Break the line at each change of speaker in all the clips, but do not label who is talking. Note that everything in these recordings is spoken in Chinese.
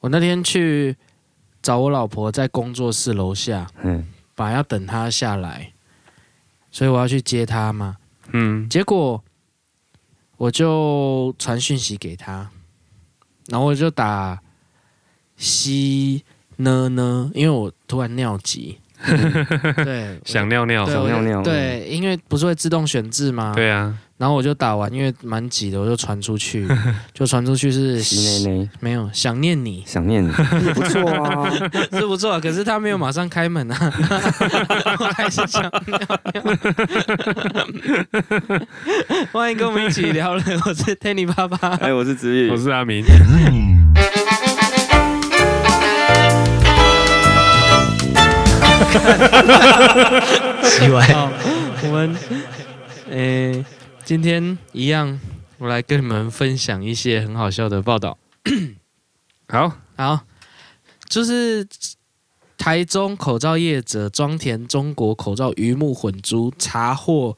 我那天去找我老婆，在工作室楼下，
嗯
本来要等她下来，所以我要去接她嘛。
嗯，
结果我就传讯息给她，然后我就打西呢呢，因为我突然尿 急，对，我
想尿尿
对，
想
我
尿
就
尿，嗯
对，因为不是会自动选字吗？
对啊，
然后我就打完，因为蛮挤的，我就传出 去，就传出去是
洗内内，
没有想念你
想 念你，不错啊，
是不错啊，可是他没有马上开门啊， 我还是想尿尿。欢迎跟我们一起聊了，我是 Tanny 爸爸。
哎，我是子宇
我，是阿明，
奇怪，
好，我们呃今天一样，我来跟你们分享一些很好笑的报道。
好，
好，就是台中口罩业者装填中国口罩鱼目混珠，查获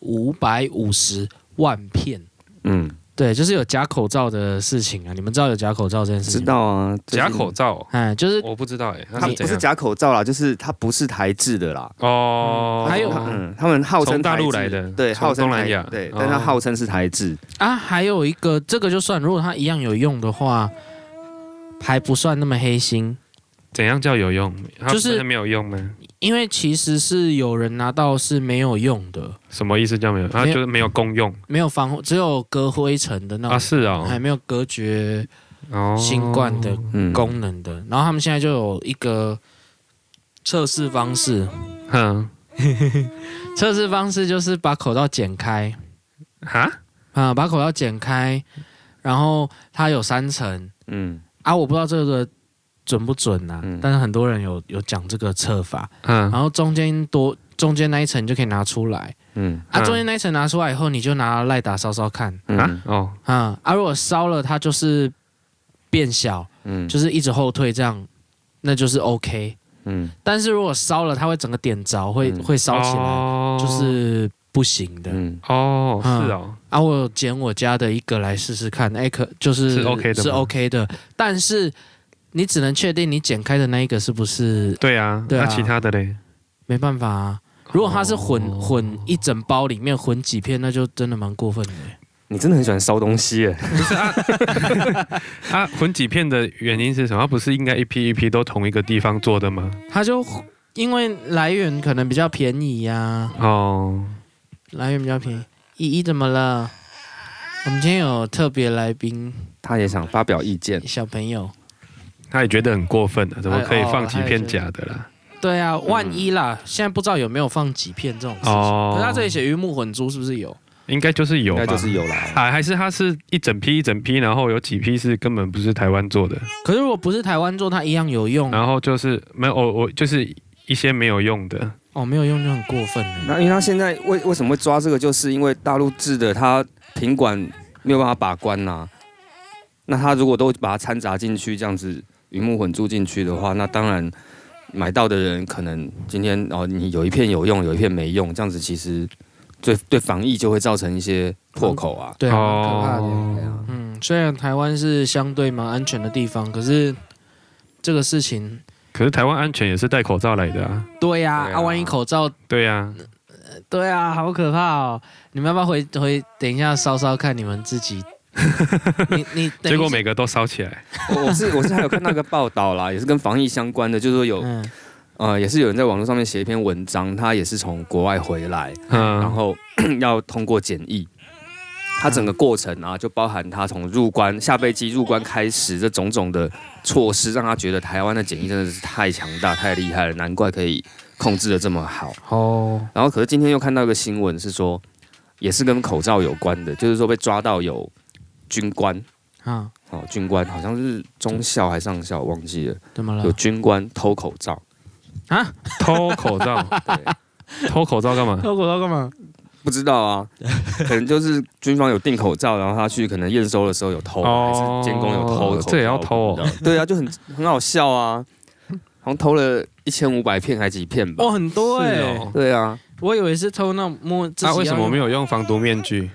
五百五十万片。
嗯，
对，就是有假口罩的事情啊！你们知道有假口罩这件事
知
情？。
道啊，最
假
近
口，罩哦，
哎，就是
我不知道哎，
它
它是
不
怎
是
样？
假口罩啦，就是它不是台制的啦。
哦，
还有
嗯，他们号称
从大
台
陆
制
来的
对，
从
号称
东南
台
亚
对
哦，
但它号称是台制，
啊，还有一个这个就算，如果它一样有用的话，还不算那么黑心，
怎样叫有用？它
就是
不没有用吗？
因为其实是有人拿到是没有用的，
什么意思叫没有？它啊
没有
就是没有公用
没有防护，只有隔灰尘的那
啊？
种，哎
是哦
还，没有隔绝
哦，
新冠的
嗯，
功能的。然后他们现在就有一个测试方式，
哼
测试方式就是把口罩剪开
哈，
啊、把口罩剪开，然后它有三层
嗯，
啊，我不知道这个准不准啊，
嗯
但是很多人有有讲这个测法，
嗯
然后中间多中间那一层就可以拿出来
嗯
啊，
嗯
中间那一层拿出来以后，你就拿赖打烧烧看
啊
嗯
哦，
啊啊，如果烧了它就是变小，
嗯，
就是一直后退这样，那就是 OK。
嗯
但是如果烧了，它会整个点着，会、
嗯
会烧起来，
来
就是不行的。
嗯，
哦，
嗯
是哦，
啊，我有捡我家的一个来试试看，哎、可就是
是 OK 的吗
是 OK 的，但是你只能确定你剪开的那一个是不是
对啊，
对啊
那其他的嘞？
没办法啊。如果它是混、
哦
混一整包里面混几片，那就真的蛮过分的。
你真的很喜欢烧东西耶，
啊，混几片的原因是什么？它不是应该一批一批都同一个地方做的吗？
它就因为来源可能比较便宜呀、
哦，
来源比较便宜。依依怎么了？我们今天有特别来宾
他也想发表意见，
小朋友。
他也觉得很过分啊，怎么可以放几片
哎哦
假的啦？
对啊，万一啦，现在不知道有没有放几片这种事情。
嗯哦
哎可是他这里写鱼目混珠，是不是有？
应该就是有
应
吧，
该就是有啦。
啊，还是它是一整批一整批，然后有几批是根本不是台湾做的，
可是如果不是台湾做，它一样有用。
然后就是没有我我就是一些没有用的，
哦，没有用就很过分了。
那因为他现在为为什么会抓这个，就是因为大陆制的他品管没有办法把关呐、那他如果都把它掺杂进去，这样子鱼目混珠进去的话，那当然买到的人可能今天哦，你有一片有用，有一片没用，这样子其实对对防疫就会造成一些破口 啊。
哦
对啊，蛮可怕的。
对啊
嗯，虽然台湾是相对蛮安全的地方，可是这个事情，
可是台湾安全也是戴口罩来的啊，
对呀、
对
啊，
啊
万一口罩，
对啊呀、
对啊，好可怕哦。你们要不要回回？等一下稍稍看你们自 己。你你等一下
结果每个都烧起来，
哦我我是我是还有看到一个报道啦，也是跟防疫相关的，就是说有
嗯
呃，也是有人在网络上面写一篇文章，他也是从国外回来，
嗯，
然后 要通过检疫。他整个过程啊，就包含他从入关、下飞机、入关开始这种种的措施，让他觉得台湾的检疫真的是太强大、太厉害了，难怪可以控制的这么好。
哦
然后，可是今天又看到一个新闻，是说也是跟口罩有关的，就是说被抓到有军官
啊，
哦，军官好像是中校还上校，忘记了，
怎么
有
了？
军官偷口罩，
偷口 罩，偷口罩干嘛？
脱口罩干嘛？
不知道 啊，可能就是军方有订口罩，然后他去可能验收的时候有偷，
哦
还是监工有偷口罩，
这也要偷哦
我不知道？对啊，就很很好笑啊，好像偷了一千五百片还几片吧
哦，？很多哎、
是哦
对啊，
我以为是偷那种摸自己
那、
要用。
啊为什么没有用防毒面具？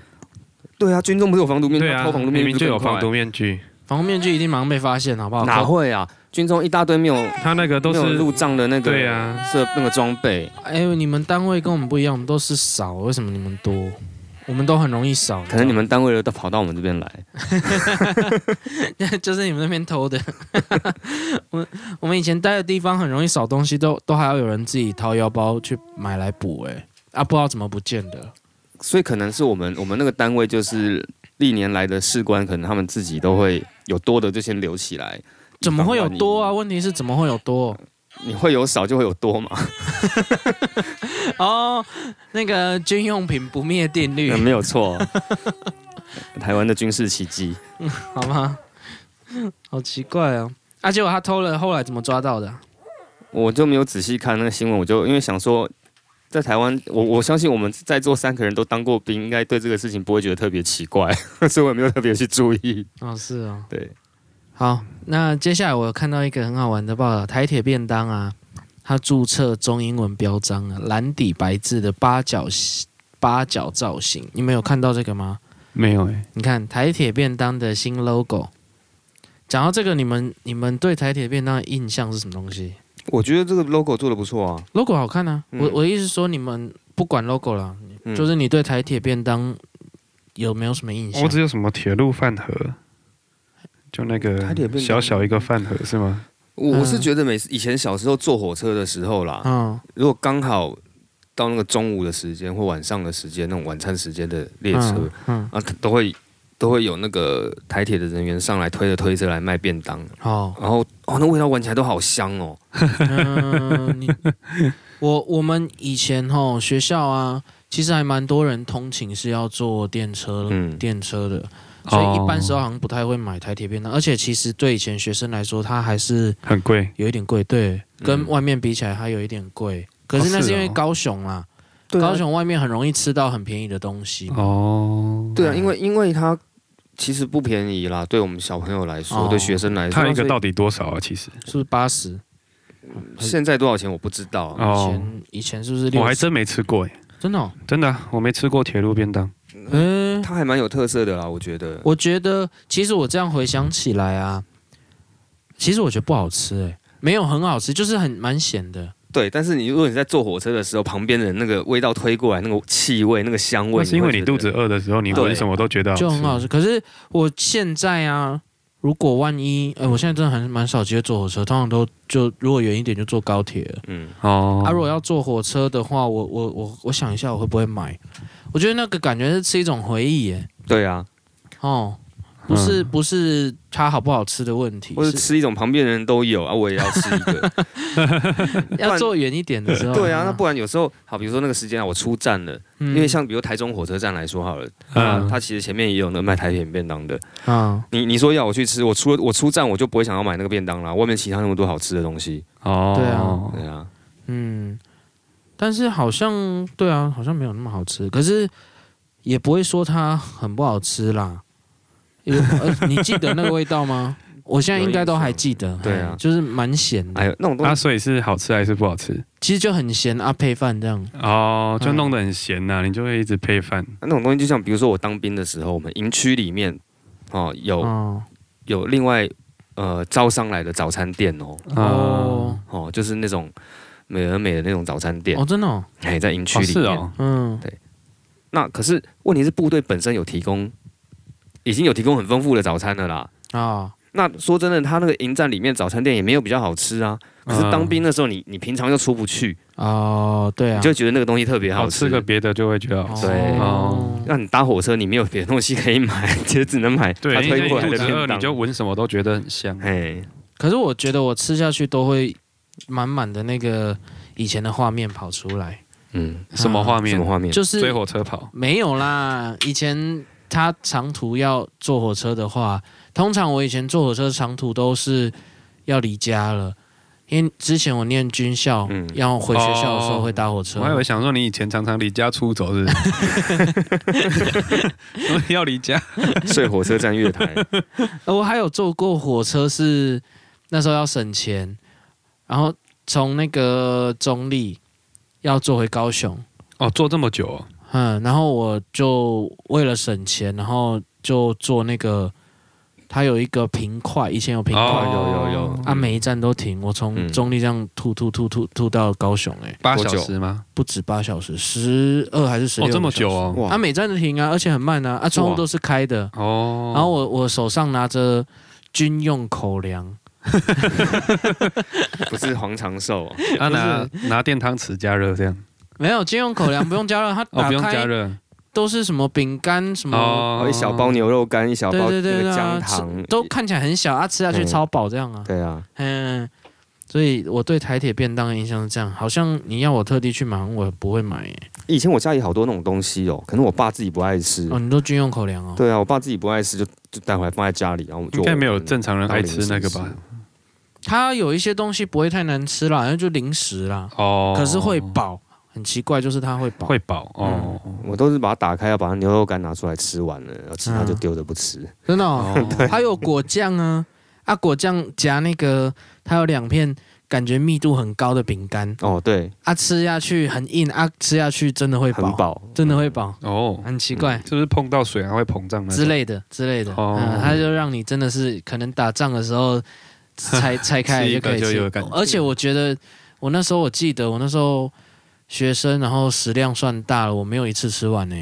对啊，军中不是有防毒面具，
对啊，
偷防毒
明
面具
明就有
更快
防毒面具，
防护面具一定马上被发现，好不好？
哪会啊？军中一大堆没有
他那个都
没有
是
入账的那个
对啊，
设那个装备，
哎呦，你们单位跟我们不一样，我们都是少，为什么你们多？我们都很容易少，
可能你们单位的都跑到我们这边来。
就是你们那边偷的。 我们我们以前待的地方很容易少东西都，都还要有人自己掏腰包去买来补、哎啊，不知道怎么不见的。
所以可能是我们我们那个单位就是历年来的士官，可能他们自己都会有多的就先留起来。
怎么会有多啊？
以防万
问题是怎么会有多？
一？你会有少就会有多嘛？
哦，那个军用品不灭定律，
嗯没有错。台湾的军事奇迹，
好吗？好奇怪哦。啊，结果他偷了，后来怎么抓到的啊？
我就没有仔细看那个新闻，我就因为想说，在台湾，我我相信我们在座三个人都当过兵，应该对这个事情不会觉得特别奇怪， 所以我也没有特别去注意。
哦，是哦。
对，
好，那接下来我有看到一个很好玩的报道，台铁便当啊，它注册中英文标章啊，蓝底白字的八角八角造型，你们有看到这个吗？
没有哎、
你看台铁便当的新 logo。讲到这个，你们你们对台铁便当的印象是什么东西
我觉得这个 logo 做的不错啊，
？logo 好看啊，
嗯
我我的意思是说，你们不管 logo 啦，
嗯
就是你对台铁便当有没有什么印象
我？只有什么铁路饭盒，就那
台铁
个
便当
小小一个饭盒是吗？
我我是
嗯
觉得每次以前小时候坐火车的时候啦，
嗯，
如果刚好到那个中午的时间或晚上的时间，那种晚餐时间的列车、
嗯，嗯，
啊，都会都会有那个台铁的人员上来推着推车来卖便当，
好，
然后哦，那味道闻起来都好香哦。
嗯， 你我我们以前吼学校啊，其实还蛮多人通勤是要坐电车，
嗯
电车的，所以一般时候
哦
好像不太会买台铁便当，而且其实对以前学生来说，它还是
很贵，
有一点贵，对，跟
嗯
外面比起来，它有一点贵。可是那
是
是因为
哦
高雄啦，
啊
高雄外面很容易吃到很便宜的东西嘛。
哦，
对啊，因为因为它其实不便宜啦，对我们小朋友来说，
哦
对学生来说，
它一个
所以
到底多少啊？其实
是不是八十？
现在多少钱我不知道啊、
以
哦，
前以前是不是
我
六
还
十？
真没吃过哎，
真的哦，
真的啊我没吃过铁路便当。
嗯，
它还蛮有特色的啦，我觉得。
我觉得，其实我这样回想起来啊，其实我觉得不好吃、欸，没有很好吃，就是很蛮咸的。
对，但是你如果你在坐火车的时候，旁边的人那个味道推过来，那个气味、那个香味，
那是因为
会
你
觉得
肚子饿的时候，你闻
对
什么都觉得啊好吃
就很好吃。可是我现在啊，如果万一，哎、我现在真的很蛮少直接坐火车，通常都就如果远一点就坐高铁了。
嗯，
哦。
啊，如果要坐火车的话，我我我我想一下，我会不会买？我觉得那个感觉是吃一种回忆、欸，
对啊，
哦，不是、
嗯
不是它好不好吃的问题，
或者
是
吃一种旁边的人都有啊，我也要吃一 个。
要坐远一点的时候。
对啊，那不然有时候好，比如说那个时间啊，我出站了，
嗯
因为像比如台中火车站来说好了，
嗯
嗯，它其实前面也有那卖台铁便当的。
啊，
你你说要我去吃，我出了我出站我就不会想要买那个便当啦，外面其他那么多好吃的东西。
哦，
对啊
对啊，
嗯，但是好像对啊，好像没有那么好吃，可是也不会说它很不好吃啦。有 呃你记得那个味道吗？我现在应该都还记得，
对啊
嘿就是蛮咸
哎
的，
呦，那种东
那
西
啊所以是好吃还是不好吃？
其实就很咸啊，配饭这样。
哦，
嗯
就弄得很咸呐，你就会一直配饭。
那种东西，就像比如说我当兵的时候，我们营区里面哦有
哦
有另外呃招商来的早餐店哦
啊
哦
哦，就是那种美而美的那种早餐店
哦，，真的哦，
哎，在营区
哦
里
是
面。
哦，
嗯
那可是问题是部队本身有提供，已经有提供很丰富的早餐了啦。
啊
那说真的，他那个营站里面早餐店也没有比较好吃啊。可是
嗯
当兵的时候你，你平常又出不去，
哦，对啊
你，就觉得那个东西特别
嗯好
好
吃
吃。
个别的就会觉得好吃。
对
哦
那你搭火车，你没有别的东西可以买， 也只能买
对，
他
因为
推
你
过来
肚
的
子
便
饿，你就
当。
闻什么都觉得很香。啊
哎，
可是我觉得我吃下去都会满满的那个以前的画面跑出来，
嗯，
什么画面
什么？画面？
就是
追火车跑。
没有啦，以前他长途要坐火车的话，通常我以前坐火车长途都是要离家了，因为之前我念军校，
嗯
要回学校的时候
哦
会搭火车。
我还以为想说你以前常常离家出走是不是，我要离家
睡火车站月台。
呃我还有坐过火车是那时候要省钱，然后从那个中立要坐回高雄，
哦，坐这么久、哦，
嗯，然后我就为了省钱，然后就坐那个它有一个平快，以前有平快，
哦有有有
啊，每一站都停，我从
嗯
中立这样吐吐吐吐吐到高雄、欸，
八
多
小
久
时吗？
不止八小时，十二还是十
哦
六、，
这么久
啊，
哦，
哇
啊，每站都停啊，而且很慢啊，啊，窗户
哇
都是开的，
哦，
然后我我手上拿着军用口粮，
不是黄长寿哦，
啊拿拿电汤匙加热这样，
没有军用口粮不用加热，它
哦
打
不用加
开嗯
热
都是什么饼干什么，
哦，
一小包牛肉干，一小包
对对
那
对
个
对啊
姜糖，
都看起来很小啊，吃下去
嗯
超饱这样啊，
对啊，
嗯。所以我对台铁便当的印象是这样，好像你要我特地去买，我不会买欸耶、
以前我家里好多那种东西哦，可能我爸自己不爱吃
嗯
哦，，你都军用口粮哦。
对啊，我爸自己不爱吃，就就带回来放在家里，然后我就
应该没有正常人爱吃那个吧？
它有一些东西不会太难吃啦，那就零食啦。
哦，
可是会饱，很奇怪，就是它会饱。
会饱哦，
我都是把它打开，要把它牛肉干拿出来吃完了，然后其他就丢着不吃。
真的、哦，
哦
还有果酱啊，啊果酱夹那个，它有两片感觉密度很高的饼干
哦，对，
啊，吃下去很硬啊，吃下去真的会
很
饱，
饱，
真的会饱，
哦，
很奇怪、
是不是碰到水还会膨胀那
之
种？
类的之类的，
哦
嗯，它就让你真的是可能打仗的时 候拆拆开
吃
来
一
就
个
可以
就
吃
有感觉，
而且我觉得我那时候我记得我那时候学生，然后食量算大了，我没有一次吃完呢、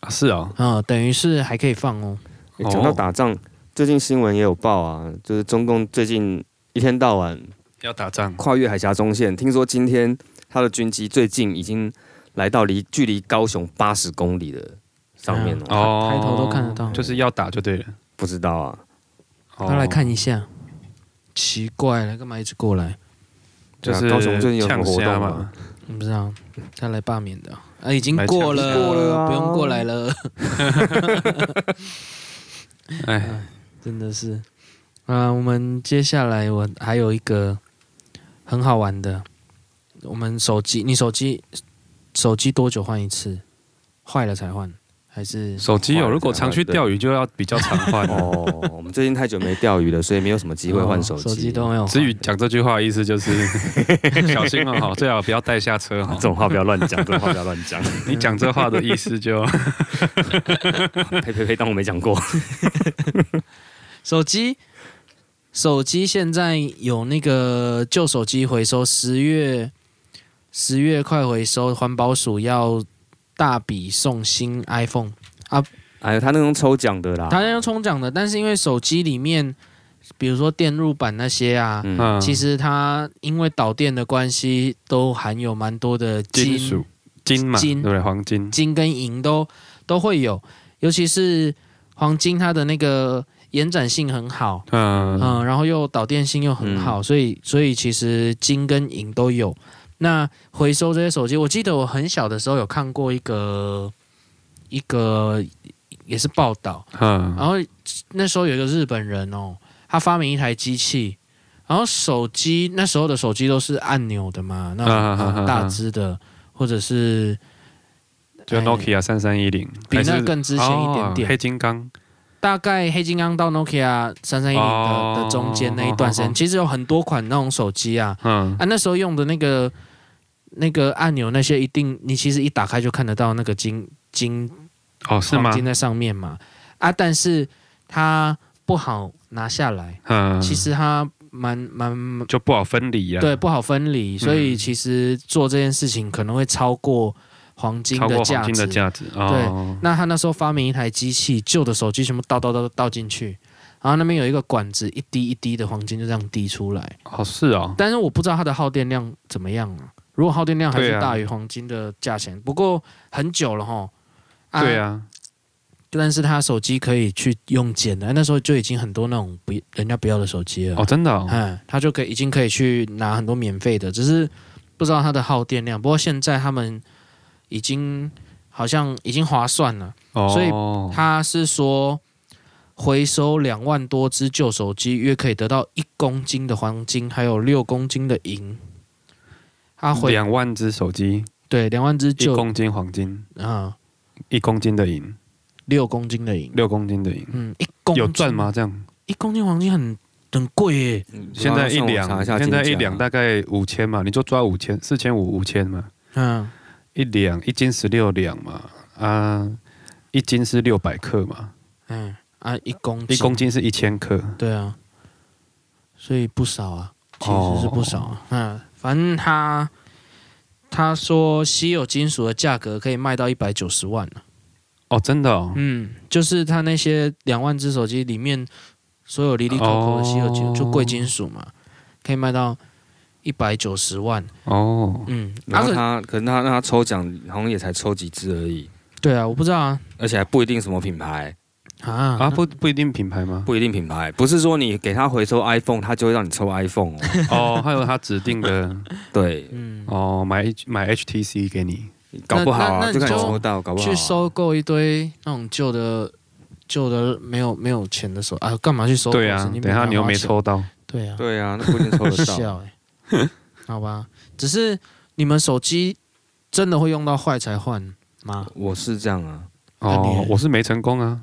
啊是哦，
啊、等于是还可以放哦，
欸
哦
讲到打仗，最近新闻也有报啊，就是中共最近一天到晚
要打仗
跨越海峡中线，听说今天他的军机最近已经来到离距离高雄八十公里的上面
嗯
哦，
哦，
抬头都看得到
就是哦要打就对了。
不知道啊，
他来看一下。奇怪了，干嘛一直过来？
就
对啊
是
高雄最近有什么活
呛虾
动
嘛
吗？
我不知道，他来罢免的啊，已经
来
过
抢
了，
过了啊
不用过来了，
嗯
哎，
真的是。啊，我们接下来我还有一个很好玩的，我们手机，你手机手机多久换一次？坏了才换，还是
手机有，
换
如果常去钓鱼就要比较常换哦。
哦，我们最近太久没钓鱼了，所以没有什么机会换手
哦
机。
手机都没有换。
子宇讲这句话的意思就是 小心哦，好，最好不要带下车
啊
哈
这。种话不要乱讲，这种话不要乱讲。
你讲这话的意思就
呸呸呸，当我没讲过。
手机，手机现在有那个旧手机回收，十月十月快回收，环保署要大笔送新 iPhone，
哎呦，他那种抽奖的啦，
当然要冲奖的，但是因为手机里面，比如说电路板那些啊。
嗯，
嗯，
其实它因为导电的关系，都含有蛮多的金
金属金嘛，对
金
不对？黄金
金跟银都都会有，尤其是黄金，它的那个延展性很好，
嗯，
嗯，然后又导电性又很好，所以所以其实金跟银都有。那回收这些手机，我记得我很小的时候有看过一个一个也是报道，然
嗯，
后那时候有一个日本人哦，他发明一台机器，然后手机那时候的手机都是按钮的嘛，那
啊哈哈
种
哈
很大只的，或者是
就
哎
Nokia 三三一零，
比
还是
那更之前一点
哦
点
黑，金刚
大概黑金刚到 Nokia 三三一零
哦
的的中间那一段时
哦哦
间，
哦
其实有很多款那种手机啊，
嗯
啊，那时候用的那个那个按钮那些，一定你其实一打开就看得到那个金金
哦是
黄
吗？
金在上面嘛。啊，但是它不好拿下来，
嗯，
其实它蛮蛮
就不好分离啊呀。
对不好分离，所以
嗯
其实做这件事情可能会超过黄金
超
的
过
价
黄金的
值。
价值哦。
那他那时候发明一台机器，旧的手机全部倒倒倒倒进去，然后那边有一个管子，一滴一滴的黄金就这样滴出来。
哦是哦，
但是我不知道它的耗电量怎么样啊。如果耗电量还
对
是
啊
大于黄金的价钱，不过很久了哈。
对，啊，
但是它手机可以去用剪的，那时候就已经很多那种不人家不要的手机了
哦。真的哦，
嗯，它就可以已经可以去拿很多免费的，只是不知道它的耗电量。不过现在他们已经好像已经划算了，
哦
所以它是说回收两万多只旧手机，约可以得到一公斤的黄金，还有六公斤的银。它回
两万只手机，
对两万只
一
旧
公斤黄金，
啊
一公斤的银，
六公斤的银，
六公斤的银，
嗯，一公斤
有赚？吗？这样
一公斤黄金很很贵耶，
现在一
啊上网查
两，
下
现在
金
一
价
两大概五千嘛，你就抓五千，四千五五千嘛，
嗯，
一两一斤十六两嘛，啊，一斤是六百克嘛，
嗯，啊，一公斤
一公，斤是一千克，
对啊，所以不少啊，
哦
其实是不少啊。嗯，反正他他说稀有金属的价格可以卖到一百九十万啊
哦，真的哦，
嗯，就是他那些两万只手机里面所有离离口口的稀有金属、
哦
就贵金属嘛，可以卖到一百九十万。
哦，
嗯，
然后
啊
他可能他让他抽奖，好像也才抽几支而已，
可对啊，我不知道啊
而且还不一定什么品牌，
啊
啊，不不一定品牌吗？
不一定品牌，不是说你给他回收 iPhone，他就会让你抽 iPhone 哦。
哦，还有他指定的
对，
嗯，
哦，买 H 买 HTC 给你，
搞不好
那那
啊，
你
就看你
就
抽到，搞不好啊
去收购一堆那种旧的旧的没有没有钱的手啊，干嘛去收购？
对啊
神，经病
等一下你又没，
干嘛
抽到，
花钱对啊，
对啊，那不一定抽得到。
笑哎、 好吧，只是你们手机真的会用到坏才换吗？
我是这样啊，
那
哦
你，
我是没成功啊。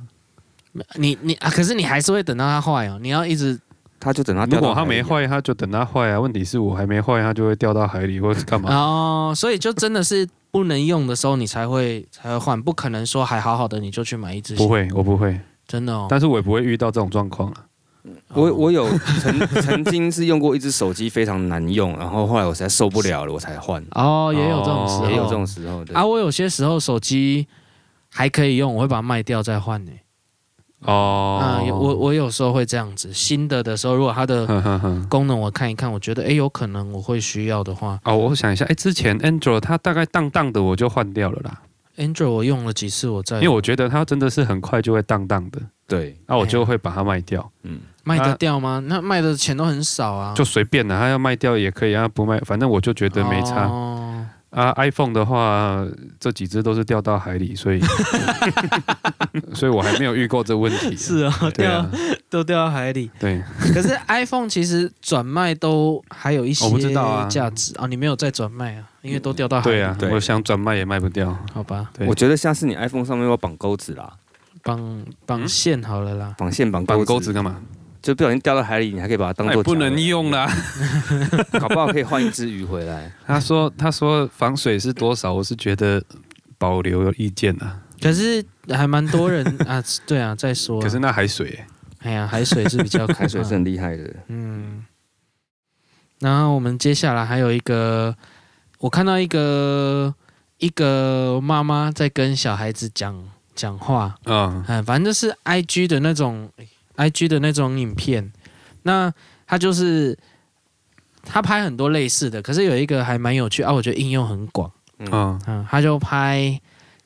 你你啊，可是你还是会等到它坏哦，你要一直
他就等他
如
掉到
果
海
它
里
没
啊，
坏，它就等它坏啊。问题是我还没坏，它就会掉到海里或是干嘛？
哦，所以就真的是不能用的时候你才会才会换，不可能说还好好的你就去买一只新，
不会，我不会，
真的哦。
但是我也不会遇到这种状况啊。
我我有曾曾经是用过一只手机非常难用，然后后来我实在受不了了，我才换。
哦，也有这种时候，
哦
也有这种时候，对
啊，我有些时候手机还可以用，我会把它卖掉再换呢、
哦，嗯
啊、有我我有时候会这样子，新的的时候，如果它的
哼哼哼。
功能我看一看，我觉得诶有可能我会需要的话
哦，我想一下，哎，之前 Android 它大概当当的我就换掉了啦，
，Android 我用了几次，我再
因为我觉得它真的是很快就会当当的，
对，
那
啊
我就会把它卖掉，
哦
嗯，
卖得掉吗？那卖的钱都很少啊，
就随便啦，它要卖掉也可以，啊，不卖，反正我就觉得没差
哦、
啊。iPhone 的话，这几只都是掉到海里，所以， 所以我还没有遇过这问题啊。
是啊，
对
掉
啊，
都掉到海里。
对，
可是 iPhone 其实转卖都还有一些
我不知道啊
价值啊、哦，你没有再转卖啊，因为都掉到海里。
对啊，
对
我想转卖也卖不掉。
好吧，
对，
我觉得下次你 iPhone 上面要绑钩子啦，
绑
嗯
绑线好了啦。
绑线绑
绑钩
钩
子
子，
干嘛？哎
就不小心掉到海里，你还可以把它
哎
当做
不能，用啦。
搞不好可以换一只鱼回 来。
他说他说防水是多少？我是觉得保留意见啊。
可是还蛮多人 啊，对啊，再说啊、
可是那海水欸，
哎呀，海水是比较可啊怕
海水是很厉害的，
嗯，然后我们接下来还有一个，我看到一个一个妈妈在跟小孩子讲讲话，
嗯，
嗯，反正就是 I G 的那种 I G 的那种影片，那他就是他拍很多类似的，可是有一个还蛮有趣啊，我觉得应用很广，
嗯，
嗯，他就拍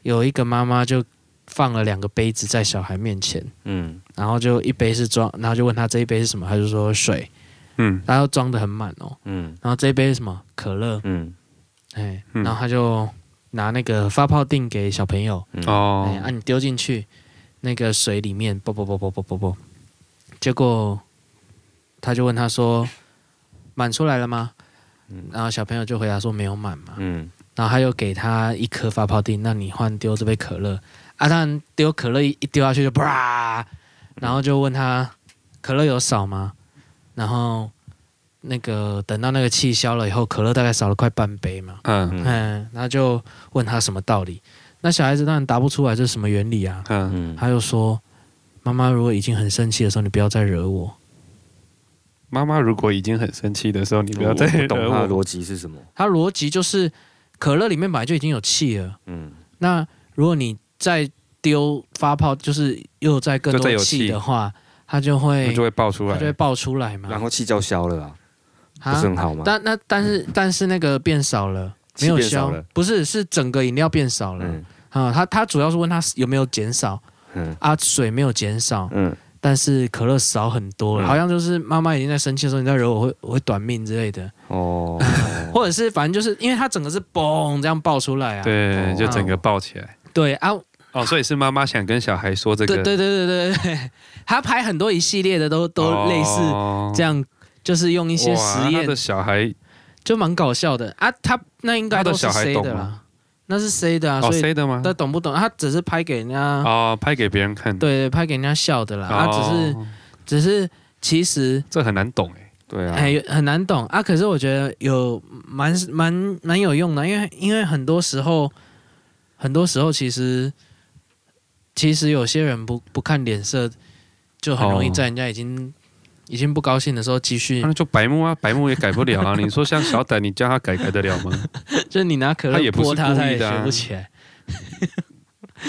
有一个妈妈就放了两个杯子在小孩面前，
嗯，
然后就一杯是装，然后就问他这一杯是什么，他就说水。
嗯，
他要装的很满哦。
嗯
然后这一杯是什么？可乐，
嗯
哎，
嗯
然后他就拿那个发泡锭给小朋友，
嗯，
哎，
哦
啊，，你丢进去那个水里面，啵啵啵啵啵啵啵，结果他就问他说：“满出来了吗？”
嗯
然后小朋友就回答说：“没有满嘛。
嗯，”
然后他又给他一颗发泡锭，那你换丢这杯可乐啊？当然丢可乐一一丢下去就啪，然后就问他可乐有少吗？然后那个等到那个气消了以后，可乐大概少了快半杯嘛，
嗯
嗯
嗯，然后就问他什么道理？那小孩子当然答不出来这是什么原理啊，
嗯，
嗯，
他又说。妈妈如果已经很生气的时候，你不要再惹我。
妈妈如果已经很生气的时候，你不
哦
要再
我不懂
惹
他的
我。
逻辑是什么。
他逻辑就是，可乐里面本来就已经有气了，
嗯，
那如果你再丢发泡，就是又再更
就再
多
有
气
气
的话，它就会
它就会爆出
它
来
就，会爆出来嘛。
然后气就消了啊，不
啊
是很好吗？
但那但是但是那个变少了，没有
气变
消
少了，
不是是整个饮料变少了
嗯
啊。他他主要是问他有没有减少
嗯
啊，水没有减少，
嗯，
但是可乐少很多了，
嗯
好像就是妈妈已经在生气的时候，你再惹我会我会短命之类的，
哦，
或者是反正就是因为它整个是嘣这样爆出来啊。
对，
哦
就整个爆起来。
对啊，
哦，所以是妈妈想跟小孩说这
对
个，
对对对对对， 他拍很多一系列的都都类似
哦
这样，就是用一些实
哇
验
他的，小孩
就蛮搞笑的啊。他那应该都是
他的小孩
C
懂
的啦
吗，
那是 C 的啊，
哦
所以
谁的吗
他？懂不懂？啊他只是拍给人家，
哦，拍给别人看。
对对，拍给人家笑的啦。
哦，
啊，只是只是其实
这很难懂哎。
对啊，
很很难懂啊。可是我觉得有蛮蛮蛮有用的，啊因为因为很多时候很多时候其实其实有些人不不看脸色，就很容易
哦
在人家已经、已经不高兴的时候继续，
那就白目啊， 白目也改不了 啊。你说像小歹，你叫他改改得了吗？
就是你拿可
他也
乐
不是
泼他，
故
他
意
也
的啊
学不起来。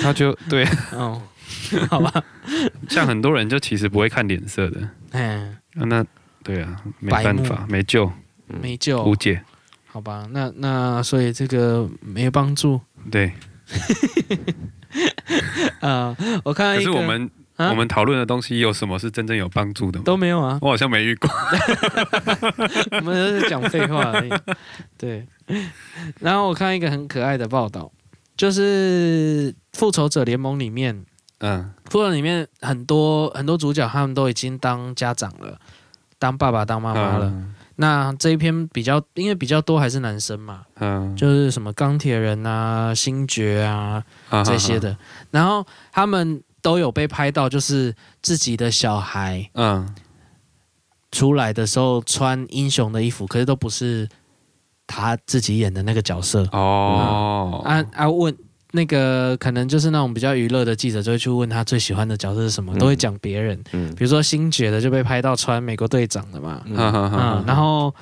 他就对，啊
哦， 好吧，
像很多人就其实不会看脸色的，
嗯，
啊那对啊，没
白
办
目哦
法，没救，
没
无
救，
解。
好吧，那那所以这个没有帮助。
对，
啊，我看
可
到一
是
个
我们
啊
我们讨论的东西有什么是真正有帮助的吗？
都没有啊，
我好像没遇 过。
我们都是讲废话而已。对，然后我看到一个很可爱的报道，就是《复仇者联盟》里面，
嗯，
《复仇者》里面很多很多主角他们都已经当家长了，当爸爸当妈妈啊了。
嗯
那这一篇比较，因为比较多还是男生嘛，
嗯，
就是什么钢铁人啊、星爵啊
啊
这些，的，然后他们都有被拍到，就是自己的小孩
啊嗯，
出来的时候穿英雄的衣服，可是都不是他自己演的那个角色。
哦，
啊啊问那个可能就是那种比较娱乐的记者就会去问他最喜欢的角色是什么，
嗯
都会讲别人，
嗯
比如说星爵的就被拍到穿美国队长的嘛，
哈
嗯
哈
嗯，
哈，
然后。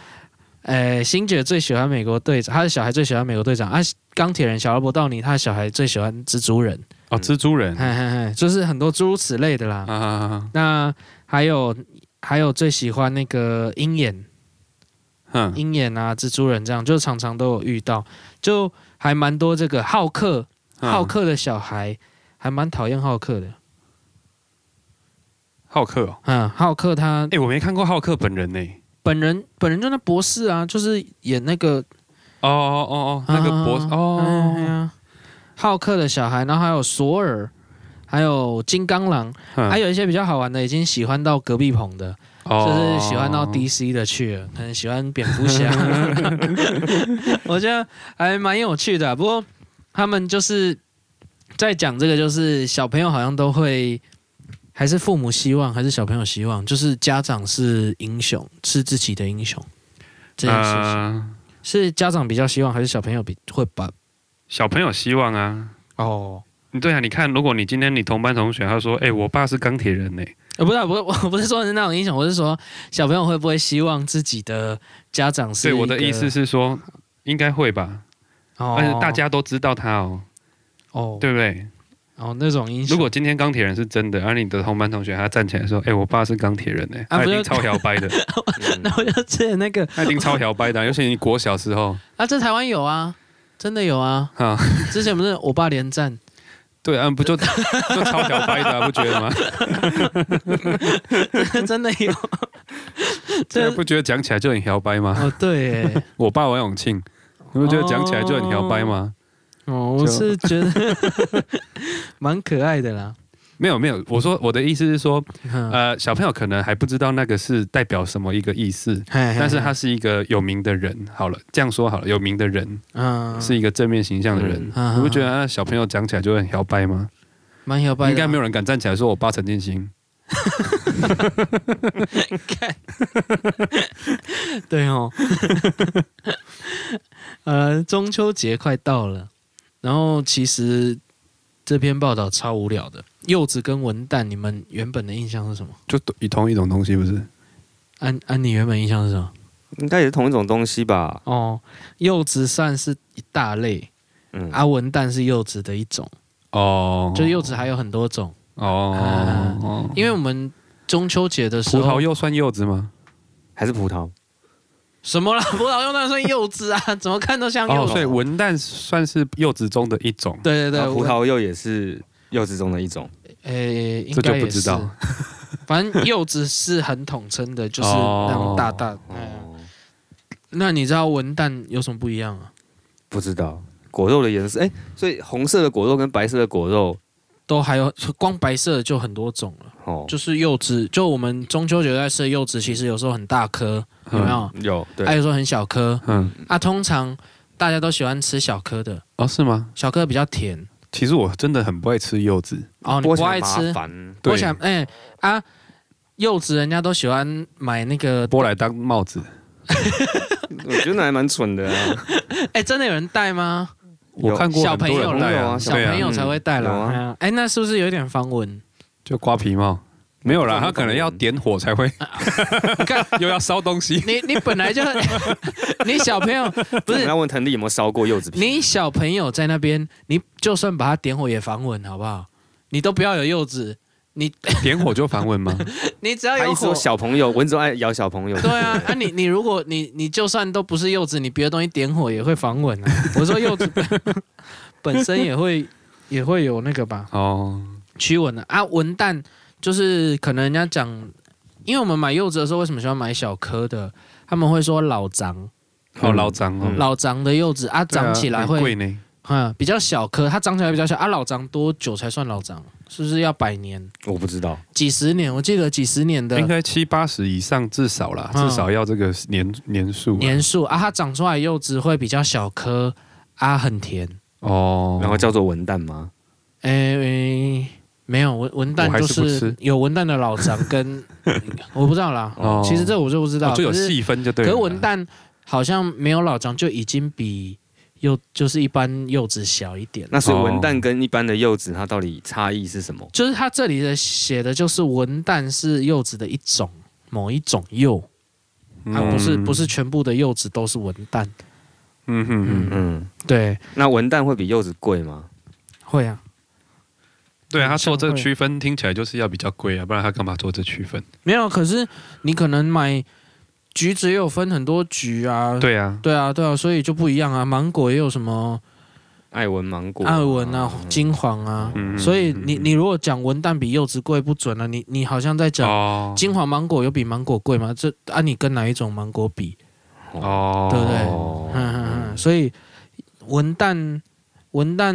呃，星爵最喜欢美国队长，他的小孩最喜欢美国队长啊。钢铁人小罗伯道尼，他的小孩最喜欢蜘蛛人，
哦，蜘蛛人，
嘿嘿嘿，就是很多诸如此类的啦。
啊哈哈哈，
那还有还有最喜欢那个鹰眼，
嗯，
鹰眼啊、蜘蛛人这样，就常常都有遇到，就还蛮多这个浩克，
嗯
浩克的小孩还蛮讨厌浩克的。
浩克哦，
嗯，浩克他
哎，我没看过浩克本人呢。
本人本人就那博士啊，就是演那个
哦哦哦哦，那个博士
啊哎
哦，
呀浩克的小孩，然后还有索尔，还有金刚狼，还
有
有一些比较好玩的，已经喜欢到隔壁棚的，
哦
就是喜欢到 DC 的去了，可能喜欢蝙蝠 侠，我觉得还蛮有趣的啊、不过他们就是在讲这个，就是小朋友好像都会，还是父母希望，还是小朋友希望，就是家长是英雄，是自己的英雄。这件事情、
啊，
是家长比较希望，还是小朋友比会把
小朋友希望啊。
哦？
对啊，你看，如果你今天你同班同学，他说：“哎、我爸是钢铁人呢、
呃，不是啊、不是，我我不是说是那种英雄，我是说小朋友会不会希望自己的家长是
对，我
一
的
个
意思，是说，应该会吧，
哦
而且大家都知道他哦，
哦，
对不对？
哦那种英雄，
如果今天钢铁人是真的，而啊你的同班同学他站起来说：“哎、我爸是钢铁人呢、
啊
他一
不是
定超摇掰的，
嗯
那 我就之前那个
他一定超摇掰的啊、尤其你国小时候，
啊，在台湾有啊，真的有啊。
哈、
之前不是我爸连 战，
对啊，不就 就超摇掰的啊、不觉得吗？
真的有。
这
这
不觉得讲起来就很摇掰吗？
哦，对耶，
我爸王永庆，你不觉得讲起来就很摇掰吗？
哦，我
就是
觉得 蛮可爱的啦。
没有没有，我说我的意思是说，
呃，
呃，小朋友可能还不知道那个是代表什么一个意思，但
但
是他是一个有名的人。好了，这样说好了，有名的人
嗯
是一个正面形象的人
嗯，
嗯
你不觉得那小朋友讲起来就会很摇摆吗？
蛮摇摆的啊？
应该没有人敢站起来说我爸陈进兴。
对哦， 呃，中秋节快到了，然后其实这篇报道超无聊的。柚子跟文旦，你们原本的印象是什么？
就一同一种东西不是？
安安，你原本印象是什么？
应该也是同一种东西吧？
哦，柚子算是一大类，
嗯
啊，文旦是柚子的一种，
哦，
就啊柚子还有很多种。
哦，哦
因为我们中秋节的时
葡
候，
萄柚算柚子吗？
还是葡萄？
什么啦？ 葡萄柚那算柚子啊， 怎么看都像柚
哦，
子。
所以文旦算是柚子中的一种。
对对对，
啊葡
我
萄柚也是柚子中的一种。
诶，应
这就
该
不
也
知
是
道。
反正柚子是很统称的，就是
哦
那种大大。嗯
哦，
那你知道文旦有什么不一样啊？
不知道果肉的颜色，哎，所以红色的果肉跟白色的果肉，
都还有光白色的就很多种了，
哦，
就是柚子，就我们中秋节在吃的柚子，其实有时候很大颗，有
嗯
没有？
有对
还有时候很小颗
嗯，
啊。通常大家都喜欢吃小颗的，
哦，是吗？
小颗比较甜。
其实我真的很不爱吃柚子。
哦，你
剥起
不
来
爱
麻
吃？
烦
对
我想，哎、啊，柚子人家都喜欢买那个，
剥来当帽子。
我觉得那还蛮蠢的啊。
哎、真的有人戴吗？
我看过
小
很
朋
多
友
人戴
啦
有啊
啊，
小
对
朋
啊，
友才会戴啦。
有啊
哎、那是不是有点防蚊？
就瓜皮帽，没有啦，他可能要点火 才会，
看
又要烧东西。
你你本来就 你小朋友 不
我们
是
要问腾力有没有烧过柚子皮？
你小朋友在那边，你就算把他点火也防稳，好不好？你都不要有柚子，
点火就防蚊吗？
你只要
他
有
一
火
说。小朋友，蚊子爱咬小朋友。
对啊，那、你你如果你你就算都不是柚子，你别的东西点火也会防蚊 啊。我说柚子 本身也会也会有那个吧，
哦，
驱蚊的啊，蚊蛋就是可能人家讲，因为我们买柚子的时候，为什么喜欢买小颗的？他们会说老长、
好老张哦
嗯，
老长的柚子啊，
对啊
长起来
很贵
会
呢。
嗯比较小颗，它长起来比较小啊。老长多久才算老长？是不是要百年、
我不知道，
几十年？我记得几十年
应
的
该七八十以上至少啦，
嗯
至少要这个年年数啊。
年数啊，它长出来的柚子会比较小颗啊，很甜。
哦，
然后叫做文蛋吗？
诶、没有文文蛋
我还
就是
不吃
是有文蛋的老长 跟我不知道啦，
哦
其实这我就不知道，
哦就有
可是
细分就对
可
了啦。
是文旦好像没有老张就已经比柚就是一般柚子小一点了，
那所以
哦
文蛋跟一般的柚子，它到底差异是什么？
就是它这里的写的就是文旦是柚子的一种，某一种柚，
嗯，
啊不是不是全部的柚子都是文旦，
嗯哼嗯，
嗯，
对，
那文蛋会比柚子贵吗？
会啊，
对啊，他做这
像
个
会
区分听起来就是要比较贵啊，不然他干嘛做这区分？
没有，可是你可能买橘子也有分很多橘啊，
对啊，
对啊对啊，所以就不一样啊，芒果也有什么
爱文芒果、
艾文啊、
哦
金黄啊，
嗯
所以你你如果讲文旦比柚子贵不准了、你你好像在讲。
哦
金华芒果有比芒果贵吗？这啊，你跟哪一种芒果比？
哦，
对不对
哦
嗯嗯嗯，所以文旦文旦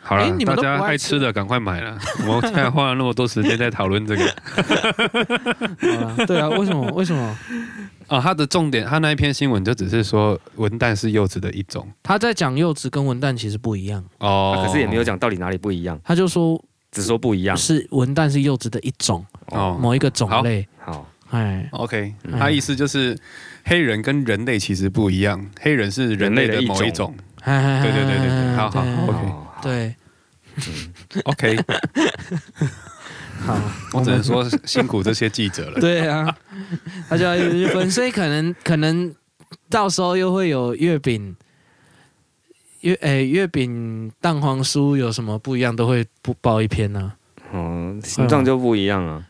好了
诶，你
大
们都
家
不爱
爱
吃
吃的赶快买了。 我们现在花了那么多时间在讨论这个
啊， 对啊，为什么为什么
哦，他的重点，他那一篇新闻就只是说文旦是柚子的一种
他在讲柚子跟文旦其实不一样？
哦
啊可是也没有讲到底哪里不一样，
他就说
只说不一样。
是文旦是柚子的一种，
哦
某一个种类，
好，
哎，
OK，
嗯
他意思就是黑人跟人类其实不一样，黑人是人类的某一种。
对
对对对对对，好好
嗯
好
OK
好
对，
OK，
好，
我只能说辛苦这些记者 了。
对啊，他就要一直分，所以可能可能到时候又会有月饼。月诶、月饼蛋黄酥有什么不一样，都会不报一篇呢、
嗯，形状就不一样啊。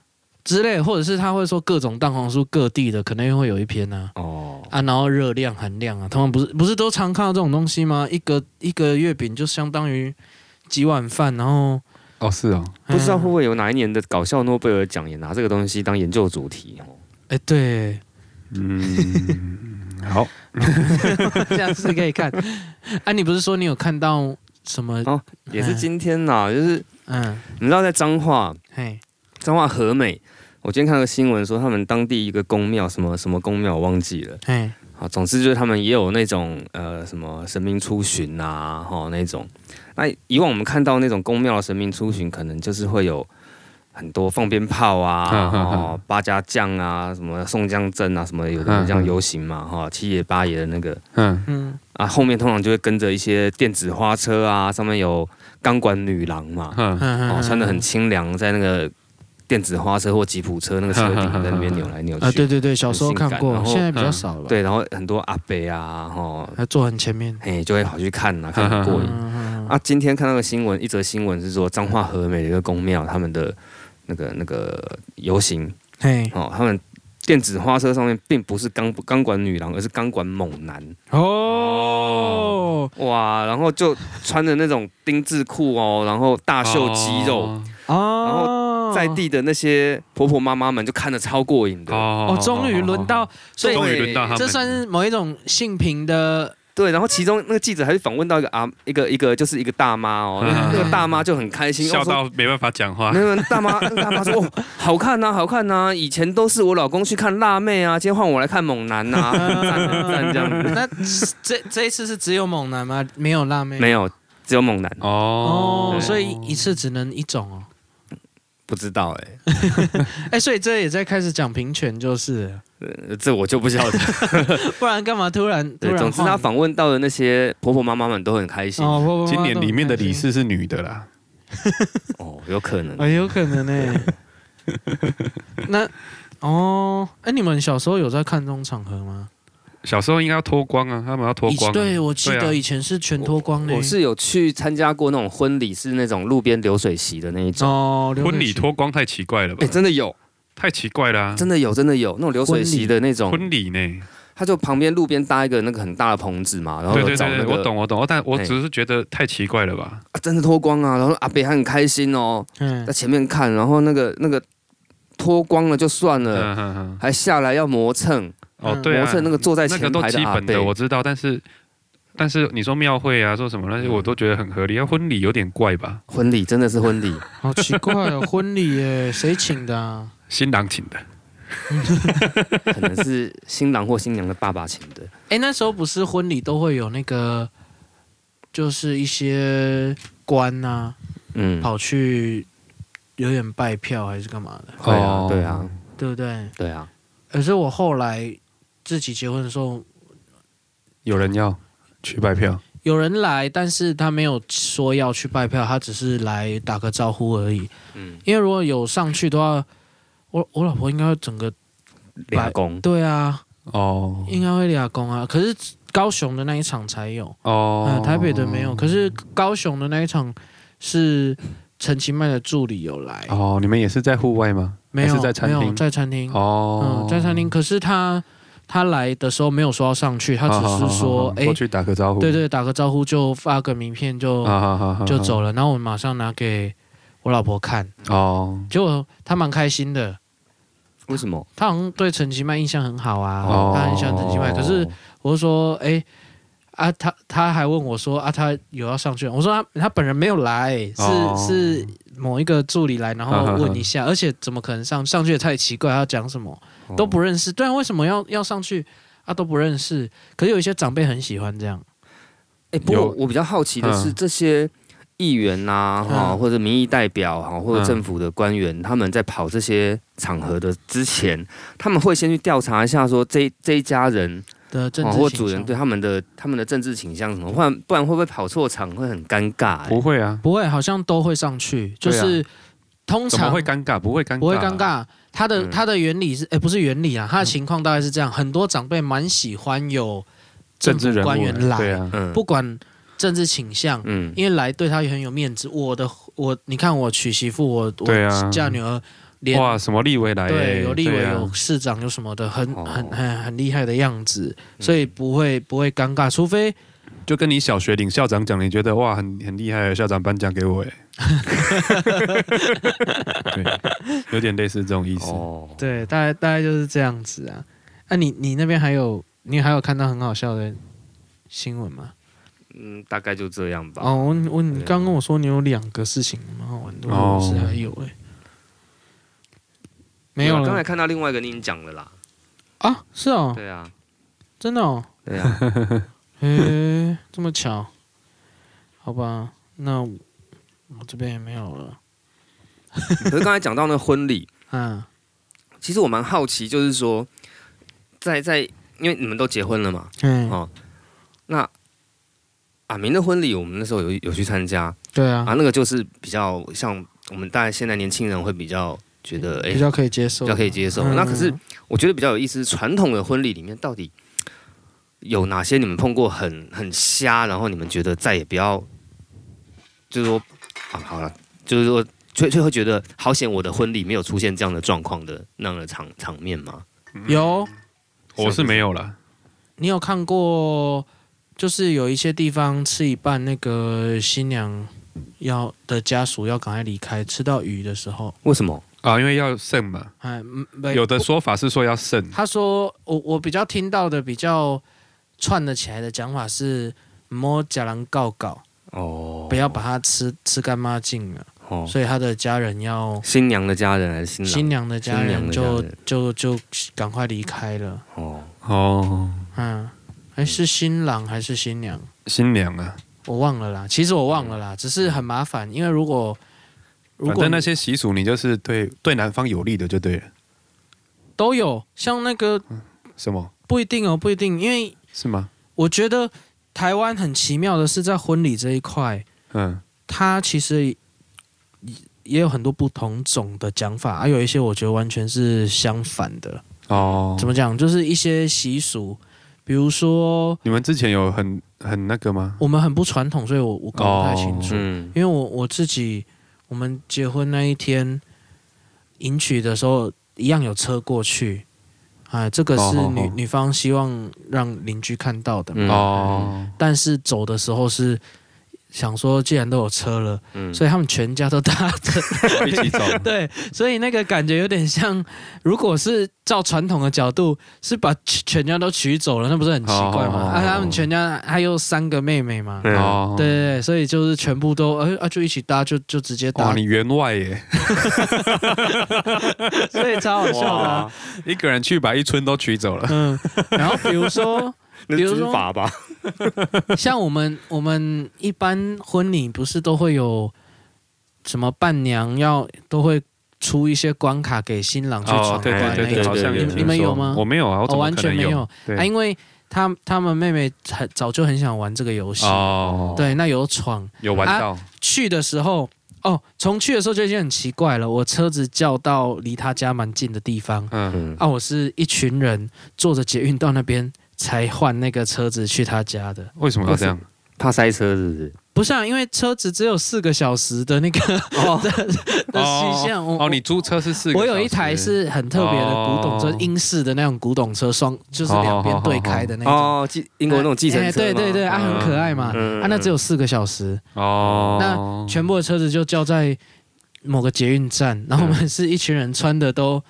之类，或者是他会说各种蛋黄酥各地的，可能又会有一篇呢、
哦，
啊，然后热量含量啊，他们不是不是都常看到这种东西吗？一个一个月饼就相当于几碗饭，然后哎
哦，是哦，
不知道会不
会
会有哪一年的搞笑诺贝尔奖也拿这个东西当研究主题哦。
哎、对，
嗯，好，
下次可以看。 啊，你不是说你有看到什么？
哦也是今天呐，就是
嗯，
你知道在彰化，
嘿，
彰化和美，我今天看了个新闻说他们当地一个宫庙，什么什么宫庙我忘记了。
嘿，
啊，总之就是他们也有那种呃什么神明出巡啊，哈那种。那以往我们看到那种宫庙的神明出巡，可能就是会有很多放鞭炮啊
嗯、嗯嗯
哦八家将啊、什么宋江阵啊、什么有的
嗯
人这
嗯
样游行嘛，哈、七爷八爷的那个
嗯，
嗯，
啊，后面通常就会跟着一些电子花车啊，上面有钢管女郎嘛，
嗯
哦
哦穿的很清凉，在那个电子花车或吉普车那个车顶在那边扭来扭去。
啊，对对对，小时候
很性
看
感
过
然，后
现在比较少了吧？，
对，然后很多阿伯啊，哈，
还坐很前面。
嘿，就会跑去看呐、看得过瘾。
嗯
啊，今天看到个新闻，一则新闻是说彰化和美的一个宫庙，他们的那个那个游行
嘿，
哦，他们电子花车上面并不是钢钢管女郎，而是钢管猛男
哦，
哇，然后就穿着那种丁字裤哦，然后大秀肌肉，
哦
哦，
在地的那些婆婆妈妈们就看得超过瘾的。
哦
哦，终于轮到，所以
终于轮到他们，
这算是某一种性平的
对，然后其中那个记者还去访问到一个啊，一个一个就是一个大妈哦，那个那个大妈就很开心，
嗯笑
哦说
到啊没办法讲话
没。有没有大妈，那个大妈说：“哦，好看呐、好看呐、以前都是我老公去看辣妹啊，今天换我来看猛男呐、
嗯
很赞很赞这样子。
那这这一次是只有猛男吗？没有辣妹？
没有，只有猛男，
哦
哦，
对
所以一次只能一种哦。
不知道
欸
哎、
哎，所以这也在开始讲平权，就是了，
呃这我就 不晓得。
不然干嘛突然突
对，
然
总
换？
之他访问到的那些婆婆妈妈们都很开心。
哦，不不不
今年里面的理
不
事是女的啦，
哦，有可 能。
啊，有可能呢、 那哦，哎、你们小时候有在看这种场合吗？
小时候应该要脱光啊，他们要脱
以
光啊、
对，我记
对啊
得以前是全脱光的、
我是有去参加过那种婚礼，是那种路边流水席的那一种。
哦，流水
婚礼
席
脱光太奇怪了吧
哎、？真的有，
太奇怪啦、
真的有，真的有那种流水席的哦那种，
婚礼呢？
他就旁边路边搭一个那个很大的棚子嘛，然后
对对
找
对
那
对，
个
我懂我懂，哦但我
哎
只是觉得太奇怪了吧？
啊真的脱光啊，然后阿北还很开心哦，
嗯
在，前面看，然后那个那个脱光了就算了，
嗯嗯嗯，
还下来要磨蹭，
哦
嗯
对啊
磨，蹭那个坐在
那
前
个都
排
基
阿
本
北
的，我知道，但是但是你说庙会啊，说什么
嗯
那些我都觉得很合理，要啊婚礼有点怪吧？
婚礼真的是婚礼，
好奇怪 哦，婚礼耶，谁请的、啊？
新郎请的，
可能是新郎或新娘的爸爸请的。
哎、那时候不是婚礼都会有那个，就是一些官啊，
嗯，
跑去有点拜票还是干嘛的，
对啊
哦，
对啊，
对不对？
对啊，
可是我后来自己结婚的时候，
有人要去拜票，
有人来，但是他没有说要去拜票，他只是来打个招呼而已。
嗯，
因为如果有上去的话，我我老婆应该会整个
俩公
对啊，
哦
应该会俩公啊。可是高雄的那一场才有，嗯、
哦，
台北的没有。可是高雄的那一场是陈其迈的助理有来，
哦，你们也是在户外吗？
没有
还是在餐厅
没有在餐厅，
哦
嗯，，在餐厅。可是他他来的时候没有说要上去，他
好好
只
好
是说
好好
哎。
过去打个招呼，
对对，打个招呼就发个名片就、
啊，好好好
就
好
走了，然后我马上拿给我老婆看，
哦
结果她蛮开心的，
为什么？
她好像对陈其迈印象很好啊，
哦
她很喜欢陈其迈。可是我就说，哎、啊，她她还问我说，啊，她有要上去吗？我说她她本人没有来，是、
哦
是某一个助理来，然
啊哈
后
哈
问一下，而且怎么可能上上去也太奇怪，她讲什么
哦
都不认识，对啊，为什么要要上去啊？都不认识，可是有一些长辈很喜欢这样，
哎、不过
有
我比较好奇的是，
嗯
这些议员呐、哈、
嗯
或者民意代表哈，或者
嗯
政府的官员，他们在跑这些场合的之前，他们会先去调查一下说这这一家人
的政
哦
治
或
倾
主人
向。
对他们的他们的政治倾向什么，不然不然会不会跑错场会很尴尬、哎
不会啊，
不会，好像都会上去，就
对啊
是、通
怎么
常
会尴尬？不会尴尬，啊嗯
不会尴。尬。它的
嗯
它的原理是，哎，不是原理啊，它的情况大概是这样：很多长辈蛮喜欢有
政治
府
人物
官员来，
对啊，
嗯
不管政治倾向，
嗯
因为来对他也很有面子。我的我，你看我娶媳妇，我
对啊
我嫁女儿，连
哇，什么立委来欸？
对有立委、
对啊
有市长有什么的，很
哦
很很很厉害的样子，
嗯
所以不会不会尴尬，除非
就跟你小学领校长奖，你觉得哇，很很厉害，校长颁奖给 我哎。对，有点类似这种意思。
哦，
对，大概大概就是这样子啊。啊你，你那边还有你还有看到很好笑的新闻吗？
嗯，大概就这样吧。
哦，我我你
对
刚跟我说你有两个事情蛮好玩的，
啊
哦
我是还有哎、没有
啊刚才
了
看到另外一个你已经讲了啦。
啊？是哦，
对啊，
真的哦，
对啊，
诶、 这么巧，好吧，那我我这边也没有了，
可是刚才讲到那个婚礼，
啊，
其实我蛮好奇，就是说，在在，因为你们都结婚了嘛，
嗯，
哦，那阿明的婚礼，我们那时候有有去参加
对
啊，
啊，
那个就是比较像我们大概现在年轻人会比较觉得，哎、
比较可以接受，
比较可以接受。
嗯
那可是我觉得比较有意思，是传统的婚礼里面到底有哪些你们碰过很很瞎，然后你们觉得再也不要，就是说啊，好了，就是说。就就会觉得好险，我的婚礼没有出现这样的状况的那样的场场面吗？
有。
我是没有了，
你有看过，就是有一些地方吃一半，那个新娘要的家属要赶快离开，吃到鱼的时候，
为什么？
啊，因为要剩嘛。
哎，嗯没
有的说法是说要剩，
他说我我比较听到的比较串得起来的讲法是。摸假狼告告，
哦
不要把它吃吃干抹净了，
哦，
所以他的家人要
新娘的家人还是新郎？
新娘的家
新娘
人
的
就
家人
就就赶快离开了。
哦，
哦，
嗯，还是新郎还是新娘？
新娘啊，
我忘了啦，其实我忘了
嗯
啦，只是很麻烦，因为如果如
反
果
正那些习俗你就是对对男方有利的就对了，
都有，像那个
什么
不一定哦，不一定，因为
是吗？
我觉得台湾很奇妙的是在婚礼这一块，
嗯，
它其实也有很多不同种的讲法，啊还、有一些我觉得完全是相反的。
哦
怎么讲？就是一些习俗，比如说
你们之前有很很那个吗？
我们很不传统，所以我我搞不太清
哦
楚。
嗯
因为我我自己，我们结婚那一天迎娶的时候，一样有车过去。哎，这个是
哦
女
哦哦
女方希望让邻居看到的嘛。
嗯
哦，
但是走的时候是想说，既然都有车了，
嗯
所以他们全家都搭着。
一起走。
对，所以那个感觉有点像，如果是照传统的角度，是把全全家都娶走了，那不是很奇怪吗？
哦
啊，他们全家还有三个妹妹嘛。
对
哦，
对对对，所以就是全部都，呃啊，就一起搭，就就直接
哇，
搭
哦你，员外耶！
所以超好笑的啊、
哇，一个人去把一村都取走了。
嗯，然后比如 说，
那
比
是
如说
军法吧？
像我们我们一般婚礼不是都会有什么伴娘要都会出一些关卡给新郎去
哦
闯，
对
关那一种，
对对对，好像有
你
听
你们
说
有吗？
我没有啊，我怎
哦
么
完
可
全
能
没有
有？
啊，
对，
因为他他们妹妹很早就很想玩这个游戏，
哦，，
对，那有闯
有玩
啊
到
去的时候，哦，从去的时候就已经很奇怪了。我车子叫到离他家蛮近的地方，
嗯，
嗯
啊，我是一群人坐着捷运到那边才换那个车子去他家的。
为什么要这样？
怕塞车是不是？
不是啊，因为车子只有四个小时的那个 的的期限。我
哦，你租车是四个小
我
时？
有一台是很特别的古董车，
哦
英式的那种古董车，双就是两边对开的那种。
哦，计英国那种计程车
哎
嘛，
对对对，啊，
嗯
很可爱嘛。
嗯
啊，那只有四个小时，
哦，
那全部的车子就叫在某个捷运站，然后我们是一群人穿的都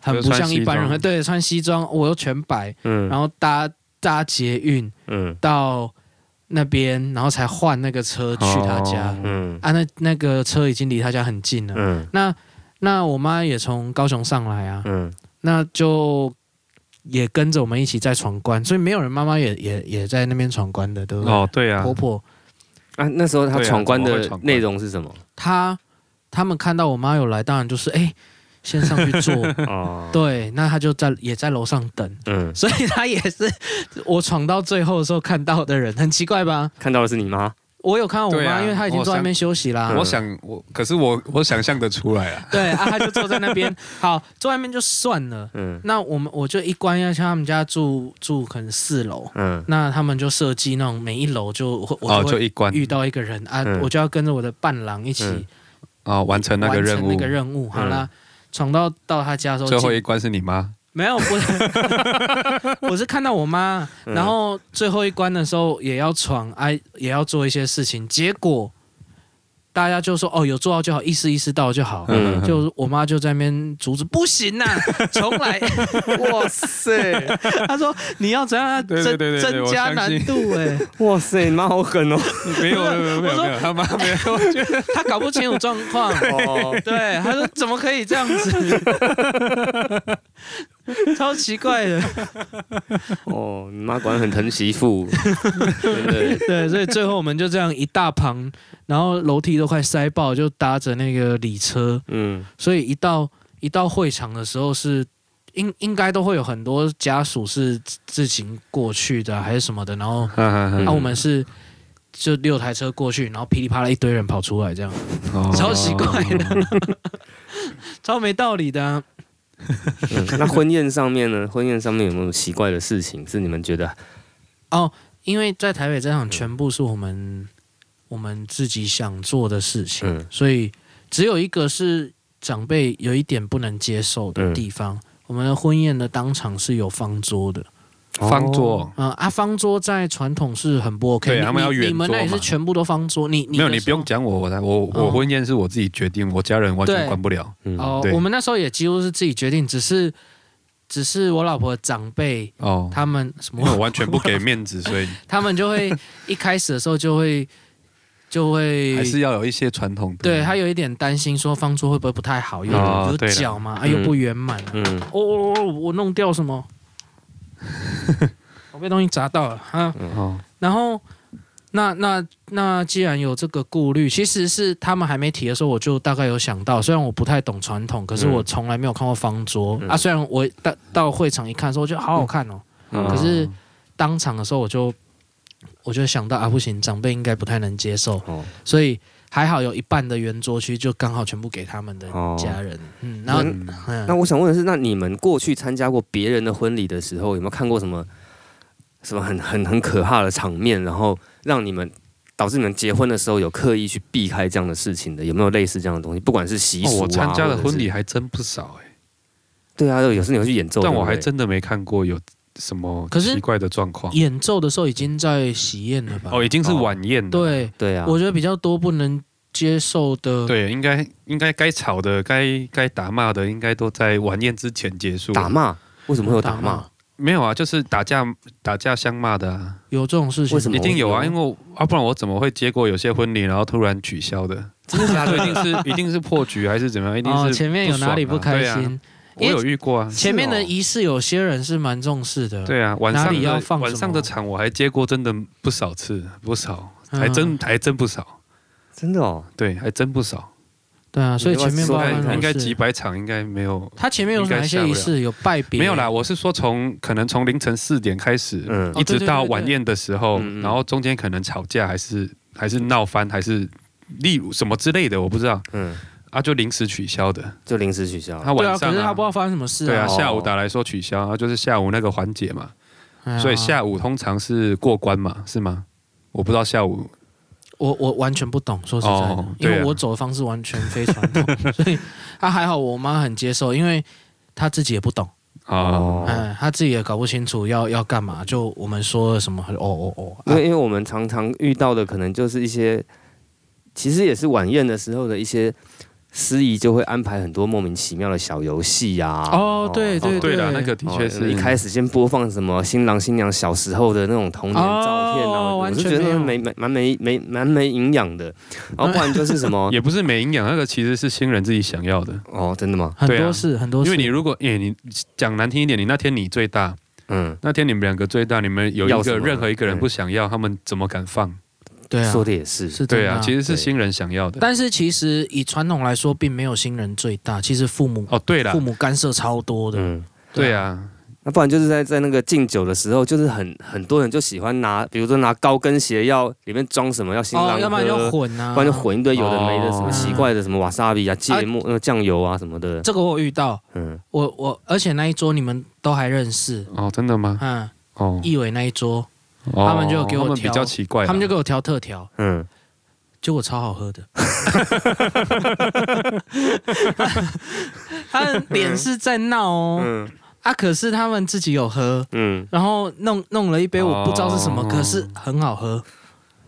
很不像一般
就穿西
人，
装
对，穿西装，我又全白，
嗯
然后搭搭捷运
嗯
到那边，然后才换那个车去他家。
哦
嗯
啊，那那个车已经离他家很近了。
嗯
那那我妈也从高雄上来啊，
嗯，
那就也跟着我们一起在闯关，所以没有人妈妈也也也在那边闯关的，对不对？
哦，对啊，
婆婆
啊，那时候他
对啊
闯关
怎么会
的
闯关
内容是什么？
她他们看到我妈有来，当然就是哎、先上去 坐。
哦，
对，那她就在也在楼上等，
嗯，
所以她也是我闯到最后的时候看到的人，很奇怪吧？
看到的是你妈，
我有看到我
对
妈，
啊
因为她已经
我
坐在那
想
边休息啦。
我想我，可是我我想象得出来啊。
对啊，她就坐在那 边。好，坐在那边就算了。
嗯
那我们我就一关要像他们家住住可能四楼，
嗯
那他们就设计那种每一楼就我
哦，
我
就
就会
一关
遇到一个人啊
嗯，
我就要跟着我的伴郎一
嗯
起
哦，完成那个
完
任
成
务。嗯
那个任务。好啦，闯到到他家的时候
最
进，
后一关是你妈。
没有我是，我 是看到我妈，
嗯
然后最后一关的时候也要闯，哎、也要做一些事情，结果大家就说哦，有做到就好，意思意识到就好。
嗯
就我妈就在那边阻止，不行 呐、重来！
哇塞，
她说你要怎样啊
对
增
对对对对
增
我
加
相
难
信
度哎、
哇塞，你妈好狠哦！
没有没有没
我
有
说
没有，他妈没 有。
她搞不清楚状 况，
哦，
对，他说怎么可以这样子， 超奇怪的。
哦，你妈果然很疼媳妇，真的。
对，所以最后我们就这样一大旁，然后楼梯都快塞爆，就搭着那个礼车，
嗯
所以一到一到会场的时候是。应应该都会有很多家属是自自行过去的啊、还是什么的，然后
嗯
那、啊、我们是就六台车过去，然后噼里啪啦一堆人跑出来，这样
哦
超奇怪的，超没道理的、啊。
嗯，那婚宴上面呢？婚宴上面有没有奇怪的事情是你们觉得？
因为在台北这
嗯
场全部是我们我们自己想做的事情，
嗯
所以只有一个是长辈有一点不能接受
嗯
的地方。我们的婚宴的当场是有方桌的，
方
哦
桌。
嗯、啊，方桌在传统是很不 OK，
对
你
他们要
你
圆
你们
桌
那里
嘛
是全部都方桌，你你
没有，
的
你
时
不用
候
讲我，我来我
哦
我婚宴是我自己决定，我家人完全管不了。
嗯
哦
对，
我们那时候也几乎是自己决定，只是只是我老婆的长辈
哦，
他们什
因为我
么，
完全不给面子，所以
他们就会一开始的时候就会就会
还是要有一些传统的。
嗯
对他有一点担心，说方桌会不会不太好？有、
哦
有
对啦
脚嘛，啊、
嗯
又不圆满、啊。
嗯
哦哦哦，我弄掉什 么？我被东西砸到了哈。
哦，
然后，那那那既然有这个顾虑，其实是他们还没提的时候，我就大概有想到。虽然我不太懂传统，可是
嗯
我从来没有看过方桌、
嗯
啊。虽然我到到会场一看的时候，我觉得好好看哦。
嗯
可是当场的时候，我就我就想到啊，不行，长辈应该不太能接受。
哦，
所以还好有一半的圆桌区就刚好全部给他们的家人。嗯，然后
嗯
嗯
哦那我想问的是，那你们过去参加过别人的婚礼的时候，有没有看过什么什么很很很可怕的场面，然后让你们导致你们结婚的时候有刻意去避开这样的事情的？有没有类似这样的东西？不管是习
哦
俗、啊
我参加的婚礼
或者是，
还真不少哎、
对啊，有时候你有去演奏，
但我
对不对
还真的没看过有什么
可是
奇怪的状况。
演奏的时候已经在喜宴了吧？
哦，已经是晚宴了。
对，
对啊，
我觉得比较多不能接受的，
对，应该应该该吵的、该该打骂的，应该都在晚宴之前结束。
打骂为什么会有打骂？
骂
没有啊，就是打架打架相骂的啊，
有这种事情，
为什么
一定有啊，
有
因为我啊，不然我怎么会接过有些婚礼然后突然取 消的？
真的假
啊，对，
的？
一定是一定是破局还是怎么样？一定是、
哦，前面有哪里不开
对
心
啊？我有遇过啊，
前面的
是哦
仪式有些人是蛮重视的，
对啊，晚
哪
上
里
的
要放什么
晚上的场我还接过，真的不少次，不少，
嗯，
还真、还真不少，
真的哦，
对，还真不少，
对啊，所以前面
你
包
要不要
含
说
什
看
么
应该
事
几百场应该没有。
他前面有哪一些仪式？有拜别？
没有啦，，我是说从可能从凌晨四点开始，
嗯
一
哦对对
直到
对对
晚宴的时候，
嗯嗯
然后中间可能吵架还是还是闹翻还是例如什么之类的，我不知道
嗯，
啊，就临时取消的。
就临时取消了。
他
对啊，
晚
可
上
是他不知道发生什么事
对啊，
哦
下午打来说取消，然后就是下午那个环节嘛，
哎呀
所以下午通常是过关嘛，是吗？我不知道下午
我我完全不懂，说实在的，
哦
因
对啊
为我走的方式完全非传 统，所以他还好，我妈很接受，因为她自己也不懂，
哦
啊，
嗯，她自己也搞不清楚要要干嘛，就我们说了什么，她就哦哦哦，
因
啊
为因为我们常常遇到的可能就是一些，其实也是晚宴的时候的一些司仪就会安排很多莫名其妙的小游戏呀。
哦对对
对了，
对
那个的
哦
确是
一开始先播放什么新郎新娘小时候的那种童年照片啊，
哦
我
完
就
全
觉得
没有
没没蛮没没蛮没营养的，然后不然就是 什么
也不是没营养，那个其实是新人自己想要的，
哦，真的吗？
很
对啊
多事、很多
因
事，
为你如果诶、你讲难听一点，你那天你最大，
嗯，
那天你们两个最大，你们有
要
一
什
个
么
任何一个人
嗯
不想要，他们怎么敢放？
对啊
说，的也是，
是真
对
的
啊，其实是
对
新人想要的。
但是其实以传统来说，并没有新人最大，其实父母、
哦，对了
父，母干涉超多的，哦
嗯。
对啊，
那不然就是在在那个敬酒的时候，就是很很多人就喜欢拿，比如说拿高跟鞋要里面装什么，要新郎喝，
哦，要不然就混啊，
不然就混一堆有的没的，什么
哦
奇怪的，什么瓦萨比啊、芥末、那个酱油啊什么的。
这个我有遇到，
嗯，
我我而且那一桌你们都还认识，
哦，真的吗？
嗯，
哦，
义伟那一桌，
哦
他们就给我
他们比
挑
较奇怪啦，
他们就给我调特调，
嗯，
结果超好喝的。他的脸是在闹哦，
嗯
啊，可是他们自己有喝，
嗯，
然后弄弄了一杯我不知道是什么，
哦
可是很好喝，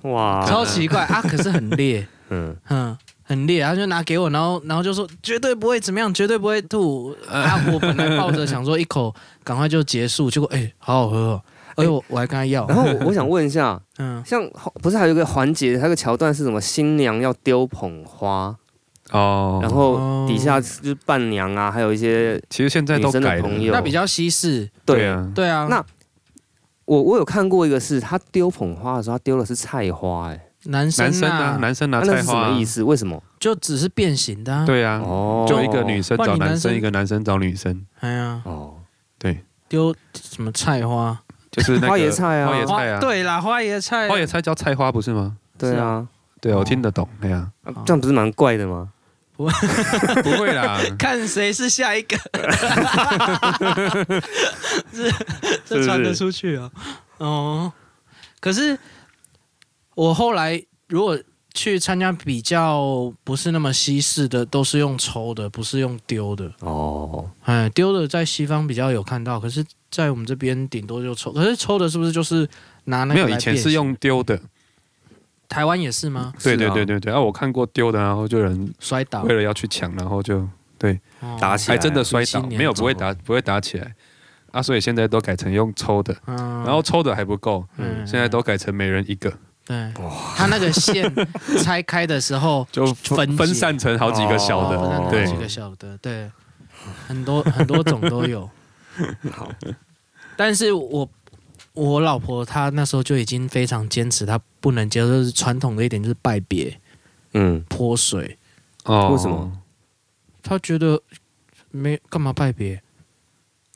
嗯
哇，
超奇怪啊，可是很烈，
嗯，
嗯。很烈，他就拿给我，然后然后就说绝对不会怎么样，绝对不会吐。啊，我本来抱着想说一口赶快就结束，结果哎、好好喝哦，哎、我我还跟他要，
然后我我想问一下，
嗯，
像不是还有一个环节，还有一个桥段是什么？新娘要丢捧花，
哦，
然后底下就是伴娘啊，还有一些
其实现在都
女生的
改了
朋，友
那比较西式，
对。啊，
对啊，
那我我有看过一个是，他丢捧花的时候，他丢的是菜花、哎、
男生
男生啊，男生拿
啊
哦
那
菜
是什
花啊
么意，思？为什么？
就只是变形的、啊。，
对啊，
哦
就一个女生
不然
找
你
男
男
生，
生
一个男生找女生，
哎呀，
哦，
丢什么菜花？
就是那个
花椰菜啊
花椰菜啊，
对啦，花椰菜。啊
花椰菜叫菜花不是吗？
对啊，
对啊，
哦
我听得懂，哎 呀，
啊这样不是蛮怪的吗？
不会啦，
看谁是下一个，这这传得出去啊？哦，可是我后来如果去参加比较不是那么西式的，都是用抽的，不是用丢的。
哦，
哎，丢的在西方比较有看到，可是，在我们这边顶多就抽。可是抽的是不是就是拿那
没
个
有，
来
以前
变
是
形
用丢的，
台湾也是吗？
对对
是啊
对对对，啊，我看过丢的，然后就有人
摔倒
为了要去抢，然后就
哦
打起来
还真的摔
新
倒，
年
没有
走
不会打不会打起来，啊，所以现在都改成用抽的，
嗯
然后抽的还不够，
嗯
现在都改成每人一个，
对，他那个线拆开的时候
就
分解
分散成好几个小
哦
的，
那
对
哪几个小的，对，很多很多种都有。
好，
但是我我老婆她那时候就已经非常坚持，她不能接受就是传统的一点就是拜别
嗯，
泼水，
哦
为什么？
她觉得没干嘛拜别，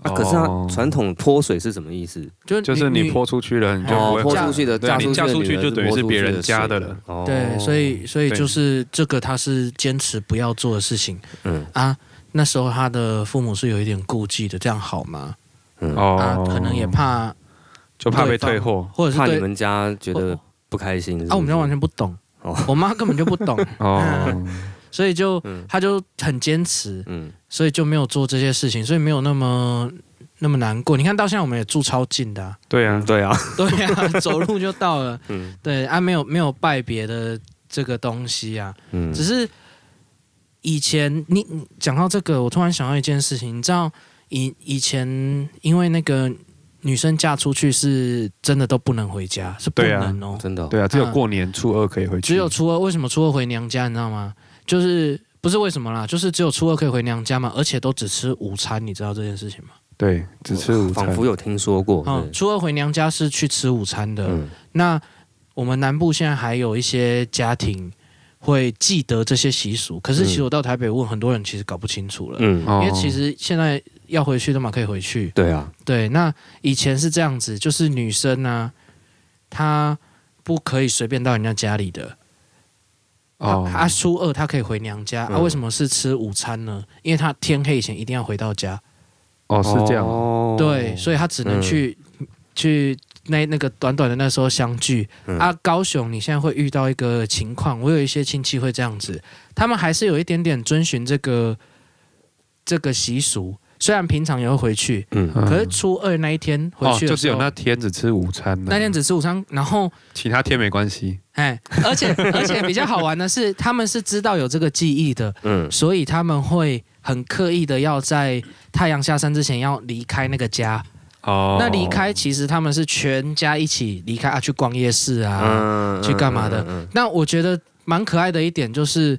啊，可是它
哦
传统泼水是什么意思？
就
就是你
你
泼出去了，你就
哦
不会
泼
嫁
出去的，
对啊
嫁
你嫁出
出
去
的
就等于是
泼出
别
去的
人家
水
的了。
哦
对，所以所以
对
就是这个他是坚持不要做的事情
嗯
啊。那时候他的父母是有一点顾忌的，这样好吗？
嗯，
啊
哦，，
可能也怕，
就怕被
对方
退货
或者
怕
是
你
对
们家觉得
我
不开心是不是
啊，我们家完全不懂
哦，
我妈根本就不懂，
哦，
所以 就
嗯
他就很坚持，
嗯
所以就没有做这些事情，所以没有那么那么难过。你看到现在我们也住超近的 啊、
对啊，
对啊，
对啊，走路就到了。
嗯
对啊，没有没有拜别的这个东西啊，
嗯，
只是以前你你讲到这个，我突然想到一件事情，你知道以以前因为那个女生嫁出去是真的都不能回家，是不
对啊
能哦，
真的哦
对啊，只有过年初二可以回去，
只有初二，为什么初二回娘家？你知道吗？就是不是为什么啦，就是只有初二可以回娘家嘛，而且都只吃午餐，你知道这件事情吗？
对只吃午餐
仿，佛有听说过。
嗯，
对
初二回娘家是去吃午餐的。
嗯
那我们南部现在还有一些家庭会记得这些习俗，可是其实我到台北问很多人，其实搞不清楚了，
嗯，
因
因为其实现在要回去的嘛，可以回去。
对啊，
对，那以前是这样子，就是女生呢、她不可以随便到人家家里的。
哦
啊，啊初二她可以回娘家，啊，
嗯
为什么是吃午餐呢？因为她天黑以前一定要回到家，
哦是这样，
哦
对，所以她只能
嗯
去、去那那个短短的那时候相聚，
嗯
啊，高雄你现在会遇到一个情况，我有一些亲戚会这样子，他们还是有一点点遵循这个这个习俗，虽然平常也会回去，
嗯
嗯
可是初二那一天回
哦
去
就
的
只
时
有
候，
那天只吃午餐呢，
那天只吃午餐，然后
其他天没关系，
哎，而且而且比较好玩的是，他们是知道有这个记忆的，
嗯
所以他们会很刻意的要在太阳下山之前要离开那个家。
哦，
那离开其实他们是全家一起离开啊，去逛夜市啊，
嗯
去干嘛的？
嗯嗯
那我觉得蛮可爱的一点就是，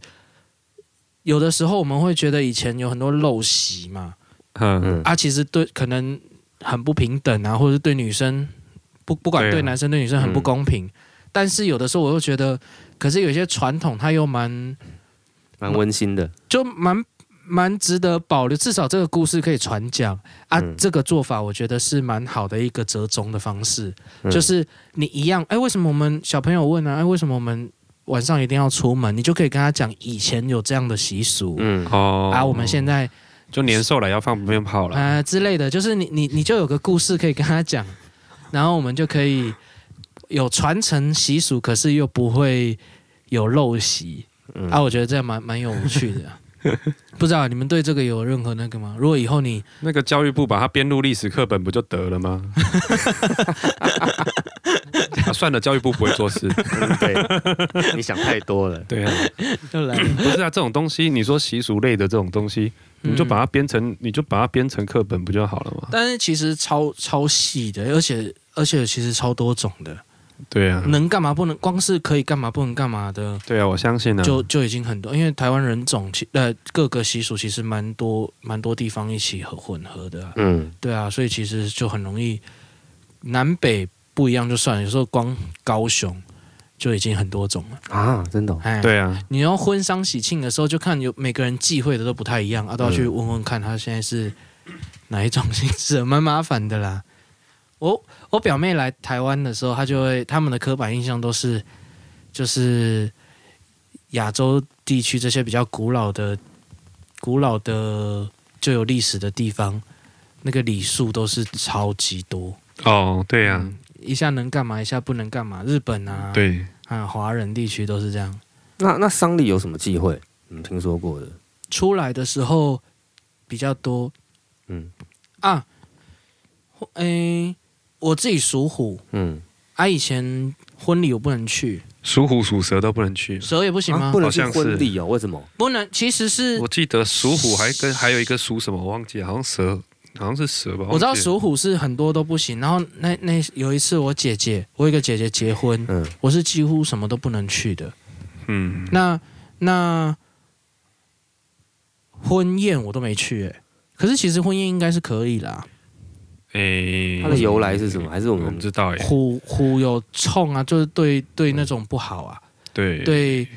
有的时候我们会觉得以前有很多陋习嘛，
嗯，
嗯嗯
啊，其实对可能很不平等啊，或者是对女生不不管
对啊
对男生对女生很
嗯
不公平。但是有的时候我又觉得，可是有些传统它又蛮
蛮温馨的。
就蛮蛮值得保留，至少这个故事可以传讲啊。
嗯
这个做法我觉得是蛮好的一个折中的方式，
嗯
就是你一样，哎，为什么我们小朋友问啊？哎，为什么我们晚上一定要出门？你就可以跟他讲，以前有这样的习俗。
嗯
哦
啊，我们现在
就年兽了要放鞭炮了，
啊之类的，就是你你你就有个故事可以跟他讲，然后我们就可以有传承习俗，可是又不会有陋习
嗯
啊。我觉得这样蛮蛮有趣的。不知道你们对这个有任何那个吗？如果以后你
那个教育部把它编入历史课本不就得 了吗？啊算了，教育部不会做事。
嗯对，你想太多了。
对啊，
又来了，
不是啊，这种东西，你说习俗类的这种东西，你就把它
它。
编成，你就把它编成课本不就好了吗？
但是其实超超细的，而且而且其实超多种的，
对啊，
能干嘛不能，光是可以干嘛不能干嘛的，
对啊，我相信啊，
就就已经很多。因为台湾人种其呃各个习俗其实蛮多蛮多地方一起合混合的啊、
嗯，
对啊，所以其实就很容易南北不一样就算了，有时候光高雄就已经很多种了。
啊，真的哦。
哎，，
对啊，
你要婚丧喜庆的时候，就看有每个人忌讳的都不太一样啊，都要去问问看他现在是哪一种形式，蛮麻烦的啦。我我表妹来台湾的时候，她就会他们的刻板印象都是就是亚洲地区这些比较古老的、古老的就有历史的地方，那个礼数都是超级多，
哦，对啊，
一下能干嘛，一下不能干嘛。日本啊，，
对，
啊，华人地区都是这样。
那那丧礼有什么忌讳？嗯，听说过的。
出来的时候比较多
嗯
啊。或诶、我自己属虎
嗯，
啊，以前婚礼我不能去，
属虎属蛇都不能去。
蛇也不行吗？
啊不能去
好像是
婚礼哦？为什么？
不能，其实是
我记得属虎还跟还有一个属什么，我忘记了，好像蛇，好像是蛇吧。
我知道
忘记了
属虎是很多都不行。然后那那有一次我姐姐，我有一个姐姐结婚，
嗯
我是几乎什么都不能去的。
嗯，
那那婚宴我都没去、欸，可是其实婚宴应该是可以啦。
诶，
它的由来是什么？还是我
我们
们
不知道诶，
虎虎有冲啊，就是对对那种不好啊。
对，
对
如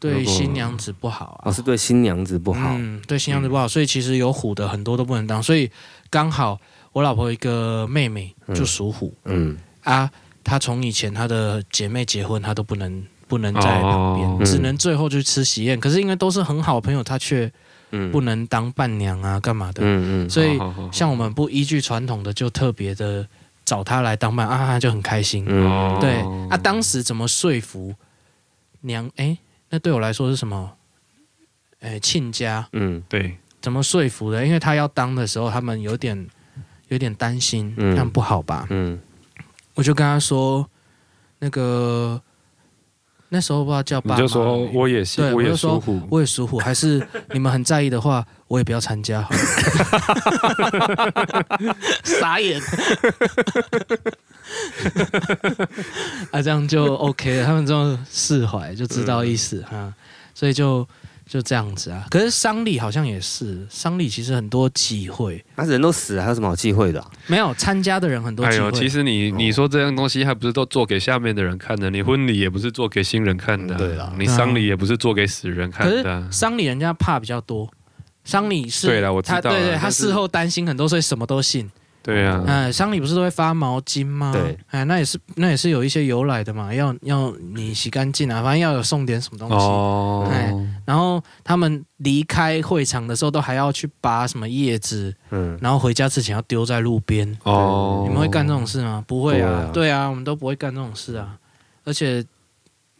对
果
新娘子不好
哦
啊，
是对新娘子不好？
嗯，对新娘子不好，所以其实有虎的很多都不能当，所以刚好我老婆有一个妹妹就属虎、
嗯，
啊，她从以前她的姐妹结婚，她都不能不能在旁边，
哦
只能最后就吃喜宴。可是因为都是很好的朋友，她却
嗯
不能当伴娘啊，干嘛的？
嗯嗯，
所以
哦好好好
像我们不依据传统的，就特别的找她来当伴啊，她就很开心。
哦
嗯
对啊，当时怎么说服娘？哎，那对我来说是什么？哎，亲家
嗯
对，
怎么说服的？因为他要当的时候，他们有点有点担心，
嗯
这样不好吧？
嗯
我就跟他说，那个那时候不知道叫
你
爸
就
妈
说
了没
我也是
对，
我
我
也
就说
属虎，
我也属虎，还是你们很在意的话，我也不要参加好了。 傻眼。 啊，这样就 OK 了，他们这样释怀就知道意思哈、啊，所以就就这样子啊。可是丧礼好像也是，丧礼其实很多忌讳，
那啊人都死了，还有什么好忌讳的啊？
没有参加的人很多哦
哎
忌
呦，
讳。
其实你你说这样东西还不是都做给下面的人看的？
嗯
你婚礼也不是做给新人看的啊，
嗯对啦
你丧礼也不是做给死人看
可
的啊
是。丧礼人家怕比较多，丧礼是
对啦我知
他
道啦
对对，
但
他
是
事后担心很多，所以什么都信。
对啊，
哎，丧礼不是都会发毛巾吗？
对，
哎，那也是那也是有一些由来的嘛，要要你洗干净啊，反正要有送点什么东西。
哦，
哎然后他们离开会场的时候，都还要去拔什么叶子，
嗯，
然后回家之前要丢在路边。
哦，
你们会干这种事吗？不会啊，
不会啊
对啊，我们都不会干这种事啊，而且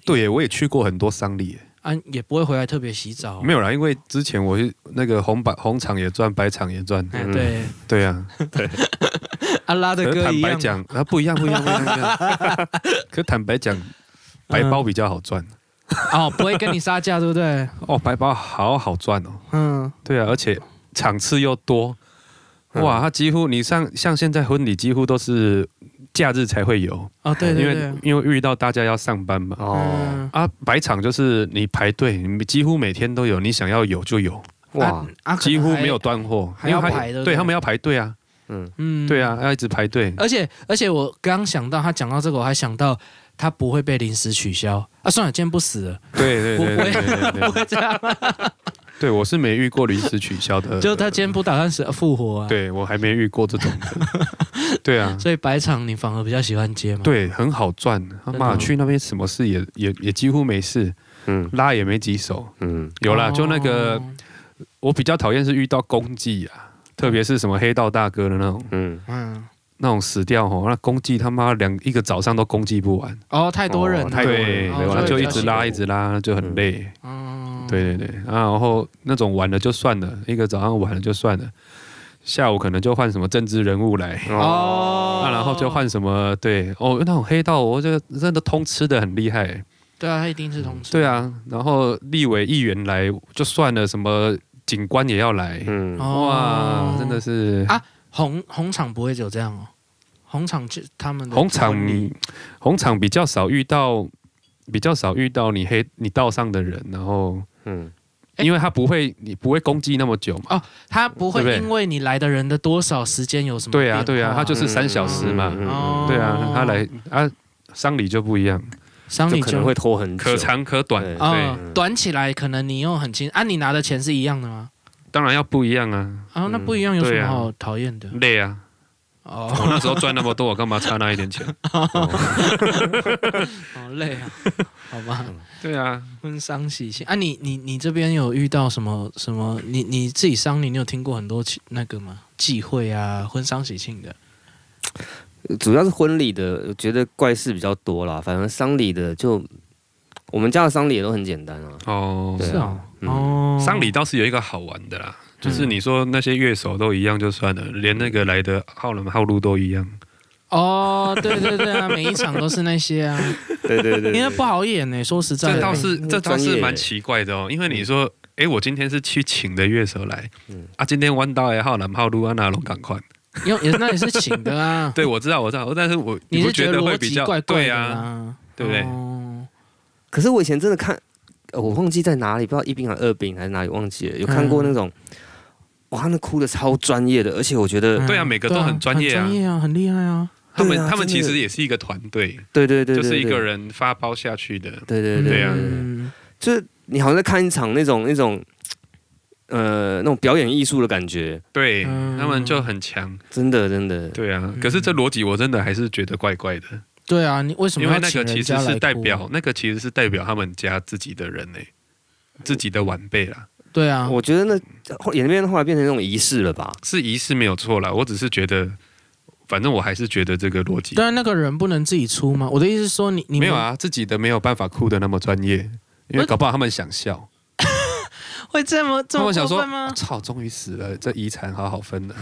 对耶，我也去过很多丧礼耶，
啊也不会回来特别洗澡。
没
有，
有啦，因为之前我是那个红白红场也赚，白场也赚，
哎
嗯
对，
对啊。
阿拉
可
的
是
歌
坦
一
白
样。
讲，啊不一样，不一样，不一样不一样。 可是坦白讲，白包比较好赚
哦，不会跟你杀价，对不对？
哦，白包好好赚哦。
嗯，
对啊，而且场次又多，哇，它几乎你像像现在婚礼几乎都是假日才会有，
哦，对对对
因为，因为遇到大家要上班嘛。
哦，
嗯，
啊，白场就是你排队，你几乎每天都有，你想要有就有，
哇，
啊，
几乎没有
可能
断货，
还要
因为他
排对不对
对他们要排队啊，
嗯
还，嗯
对啊，要一直 排队。
而且而且我刚想到，他讲到这个，我还想到他不会被临时取消啊。算了，今天不死了，
对对
不
对对
会
对
不
对 对，
会这样，
对我是没遇过临时取消 的，
就他今天不打算死复活啊。，
对我还没遇过这种 的，对啊，
所以白场你反而比较喜欢接嘛。，
对，很好赚，他
真的
妈
吗
去那边什么事也也也几乎没事，
嗯
拉也没几手，
嗯，
有
哦
啦，就那个、我比较讨厌是遇到公祭啊，特别是什么黑道大哥的那种，
嗯，
嗯，
那种死掉吼，那公祭他妈两一个早上都公祭不完，
哦，太多人了，
哦太多人
对，
哦
然
所
后
以
就
比
一
较
直
辛
拉
苦
一直拉，就很累。
嗯，
对对对，啊，然后那种晚了就算了，一个早上晚了就算了，下午可能就换什么政治人物来，
哦，
啊，然后就换什么对哦，那种黑道，我觉得真的通吃的很厉害。
对啊，他一定是通知。
对啊，然后立委议员来就算了，什么警官也要来，
嗯，
哦
哇，真的是
啊红红场不会只有这样哦，红场就他们的
红场
婚礼
红场比较少遇到，比较少遇到你黑你道上的人，然后
嗯，
因为他不会你不会攻击那么久嘛。
他不会
对不对
因为你来的人的多少时间有什么
对啊，
变
对啊，
化
他就是三小时嘛。
嗯嗯嗯
哦
对啊，他来啊，丧礼就不一样，
丧礼
就可能会拖很久，
可长可短。
对
啊
对，，
短起来可能你又很轻啊，你拿的钱是一样的吗？
当然要不一样啊，
啊，那
嗯
不一样有什
对
么
啊
好讨厌的？
累 啊。我
哦，
那时候赚那么多，我干嘛差那一点钱？
好累啊，好吧，
对啊，
婚丧喜庆啊，你你你这边有遇到什么什么？你你自己丧礼，你有听过很多其那个吗？忌讳啊，婚丧喜庆的，
主要是婚礼的，我觉得怪事比较多啦。反正丧礼的就，我们家的丧礼也都很简单啊。
哦，
对啊
是哦，
嗯
哦，
丧礼倒是有一个好玩的啦，就是你说那些乐手都一样就算了，连那个来的浩人浩路都一样。
哦，对对对啊，每一场都是那些 啊，
对对对
因为不好演呢，说实在的，
这倒是
嗯
这倒
专
是
业
蛮奇怪的哦，因为你
嗯
说，诶，我今天是去请的乐手来
嗯，
啊，今天弯刀诶，浩南浩路安娜龙 赶快。
因为也那也是请的啊，
对，我知道我知道，但是我
你
不
是
觉
得
得
逻
会比
辑
较
怪怪
对
的
啊？
啦，
对不对
哦
可是我以前真的看，呃我忘记在哪里，不知道一兵还是二兵还是哪里，忘记了。有看过那种，哇，他们哭的超专业的，而且我觉得，
嗯
对啊每个都很专业啊
很专业啊，很厉害啊。
他们
对啊
他们
真的
其实也是一个团队，
对对对，
就
对
是一个，人发包下去的。
对对对
对
对
啊
对，对
嗯
就是你好像在看一场那种那种。呃那种表演艺术的感觉，
对
嗯
他们就很强，
真的真的。
对啊。可是这逻辑我真的还是觉得怪怪的，
对啊，你为什么
因为
要
那
请
个其
人
实
家来
是
哭啊
代表那个其实是代表他们家自己的人呢、自己的晚辈啦，
对啊，
我觉得那后演变后来变成那种仪式了吧？
是仪式没有错啦。我只是觉得，反正我还是觉得这个逻辑
但那个人不能自己出吗？我的意思是说你，你
没
们
有啊，自己的没有办法哭的那么专业，因为
我
搞不好他们想笑，
会这么这
他
么
们想
过
说
分吗：“？
操，终于死了，这遗产好好分了。”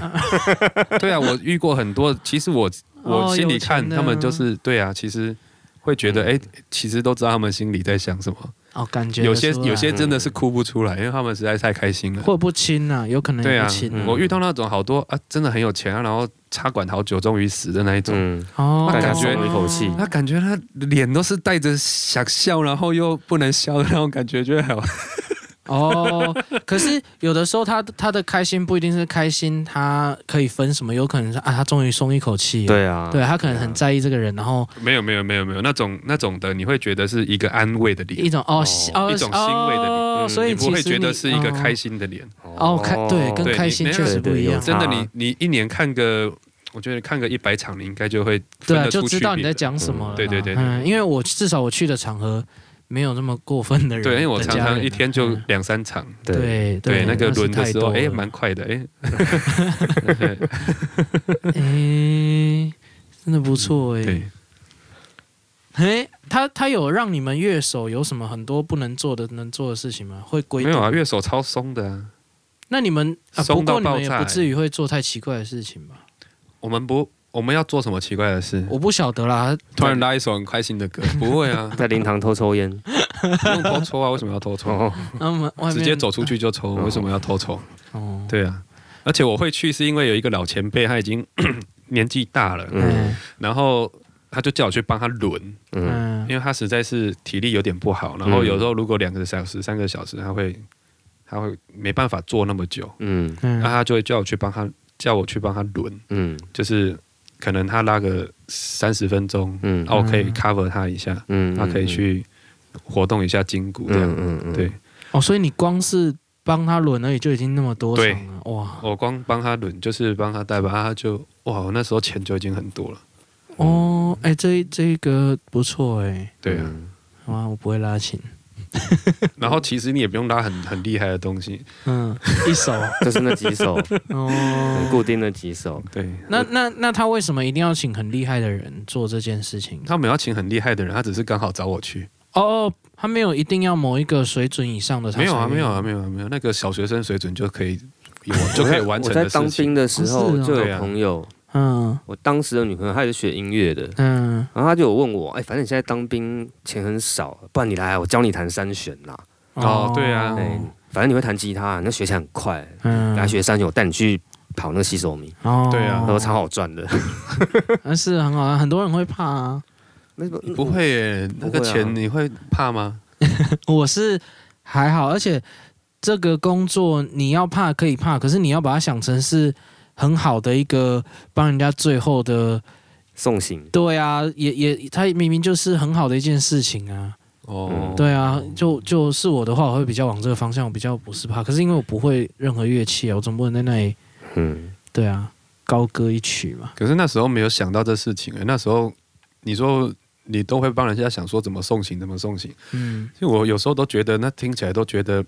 对啊，我遇过很多，其实我我
哦
心里
有钱
看
的
他们就是对啊，其实会觉得哎、其实都知道他们心里在想什么。
哦，感觉得
有些
出来
有些真的是哭不出来，因为他们实在太开心了。
会不清呐、啊，有可能
对
也
啊
不清、
嗯
我遇到那种好多啊，真的很有钱啊，然后插管好久，终于死的那一种，
嗯，
哦，
那感觉
松了一口气
他感觉他脸都是带着想笑，然后又不能笑的那种感觉，就好。
哦，可是有的时候他他的开心不一定是开心，他可以分什么，有可能是啊，他终于松一口气了。
对啊，
对他可能很在意这个人，然后
没有没有没有没有那种那种的，你会觉得是一个安慰的
一
脸，
种哦
哦
喜哦
一种欣慰的脸
哦
嗯
所
你
以
不
其
会
实
觉得
你
是一个
哦
开心的脸。
哦开对跟
对
开心
你
确实
对
不
对
一
有
样，
真的，
啊
你你一年看个，我觉得看个一百场，你应该就会
对
分
啊，
得
就
出
知
区
道你
别
在
的。
讲什么了啦。
对对对对
嗯，因为我至少我去的场合没有那么过分的人，
对，因为我
的
常
家
常
人
一
啊
天就
嗯
两三场，
对，
对
对那个
是
轮的
太
时候，
多
哎，
了
蛮快的， 哎，
哎，真的不错哎。
嗯对，
哎，他他有让你们乐手有什么很多不能做的、能做的事情吗？会规
没
定？
有啊，乐手超松的啊，
那你们啊，不
松到
过你们
爆
也
炸
不
欸
至于会做太奇怪的事情吧？
我们不，我们要做什么奇怪的事？
我不晓得啦，
突然拉一首很开心的歌，不会啊，
在灵堂偷抽烟，
不用偷抽啊，为什么要偷抽？
哦，
那我们 外面
直接走出去就抽，为什么要偷抽？
哦，
对啊，而且我会去是因为有一个老前辈，他已经 年纪大了，
嗯
嗯
然后他就叫我去帮他轮，
嗯，
嗯
因为他实在是体力有点不好，然后有时候如果两个小时、三个小时，他会他会没办法坐那么久，
嗯
那
嗯，
他就会叫我去帮他叫我去帮他轮，
嗯
就是可能他拉个三十分钟，
嗯
那我可以 cover 他一下，
嗯，
哦他可以去活动一下筋骨这样。
嗯，嗯嗯嗯，
对
哦，所以你光是帮他轮而已，就已经那么多
对
场了，哇，
我光帮他轮，就是帮他代班，啊他就哇，我那时候钱就已经很多了。
哦，哎，这一这一个不错哎，
对啊，
嗯
哇，我不会拉琴，
然后其实你也不用拉很很厉害的东西，
嗯，一首
就是那几首，很
哦，
固定的几首，
对。
那那那他为什么一定要请很厉害的人做这件事情？
他没有要请很厉害的人，他只是刚好找我去。
哦哦，他没有一定要某一个水准以上的，他
没有
才
啊，
愿
没
意
有啊，没有啊，没有。那个小学生水准就可以， 我就可以完成
我在
的
我在当
事情。
兵的时候
哦是哦
就
对啊
有朋友，
嗯
我当时的女朋友她也是学音乐的，
嗯，
然后她就有问我，哎，反正你现在当兵钱很少，不然你来，我教你弹三弦啦。
哦对啊
哎
嗯，
反正你会弹吉他，那学起来很快，
嗯
来学三弦，我带你去跑那个洗手米，
哦
对啊
然后超好 赚的。
但是很好啊，很多人会怕啊。
那个
不
嗯
会耶，那个
不会啊
钱你会怕吗？
我是还好，而且这个工作你要怕可以怕，可是你要把它想成是很好的一个帮人家最后的，
送行，
对啊，也也它明明就是很好的一件事情啊，
嗯
哦，
对啊，就就是我的话，我会比较往这个方向，我比较不是
嗯
怕，可是因为我不会任何乐器啊，我总不能在那里，
嗯，
对啊，高歌一曲嘛，
可是那时候没有想到这事情耶，那时候你说你都会帮人家想说怎么送行，怎么送行。
嗯，
其实我有时候都觉得，那听起来都觉得，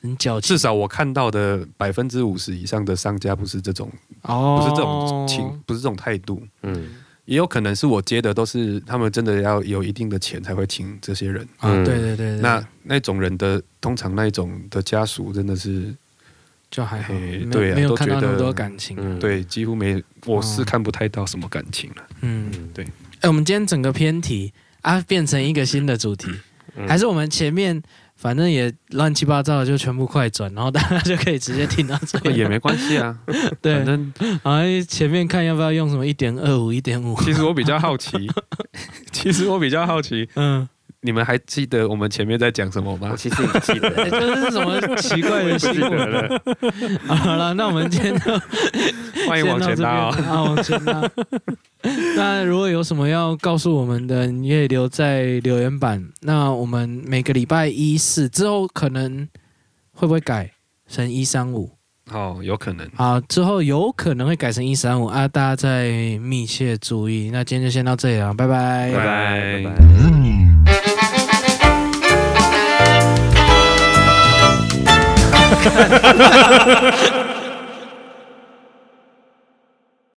很矫情
至，少我看到的百分之五十以上的商家不是这种，
哦
不是这种情，不是这种态度。
嗯
也有可能是我接的都是他们真的要有一定的钱才会请这些人。
啊，
嗯
对对对对，
那那种人的通常那一种的家属真的是
就还好，
嘿
没有
对啊
没有
都
看到
觉
那么
得
多感情。
嗯，
对几乎没，我
哦
是看不太到什么感情了。
嗯，
嗯
对
哎、我们今天整个偏题啊，变成一个新的主题，
嗯
还是我们前面反正也乱七八糟的，就全部快转，然后大家就可以直接听到这
那
里。
也没关系啊，
对
反，正
好像前面看要不要用什么一点二五、一点五，
其实我比较好奇， 其实我比较好奇，
嗯，
你们还记得我们前面在讲什么吗
我？其实也不记
哎
得，
这是什么奇怪的 新闻？
了，
好了，那我们今天就
欢迎往前拉
先到
哦。
这边啊，往前拉。那如果有什么要告诉我们的，你也留在留言板。那我们每个礼拜一四之后可能会不会改？成一三五
哦，有可能。
啊，之后有可能会改成一三五啊，大家再密切注意。那今天就先到这里了，拜 拜。
拜
拜
拜
拜。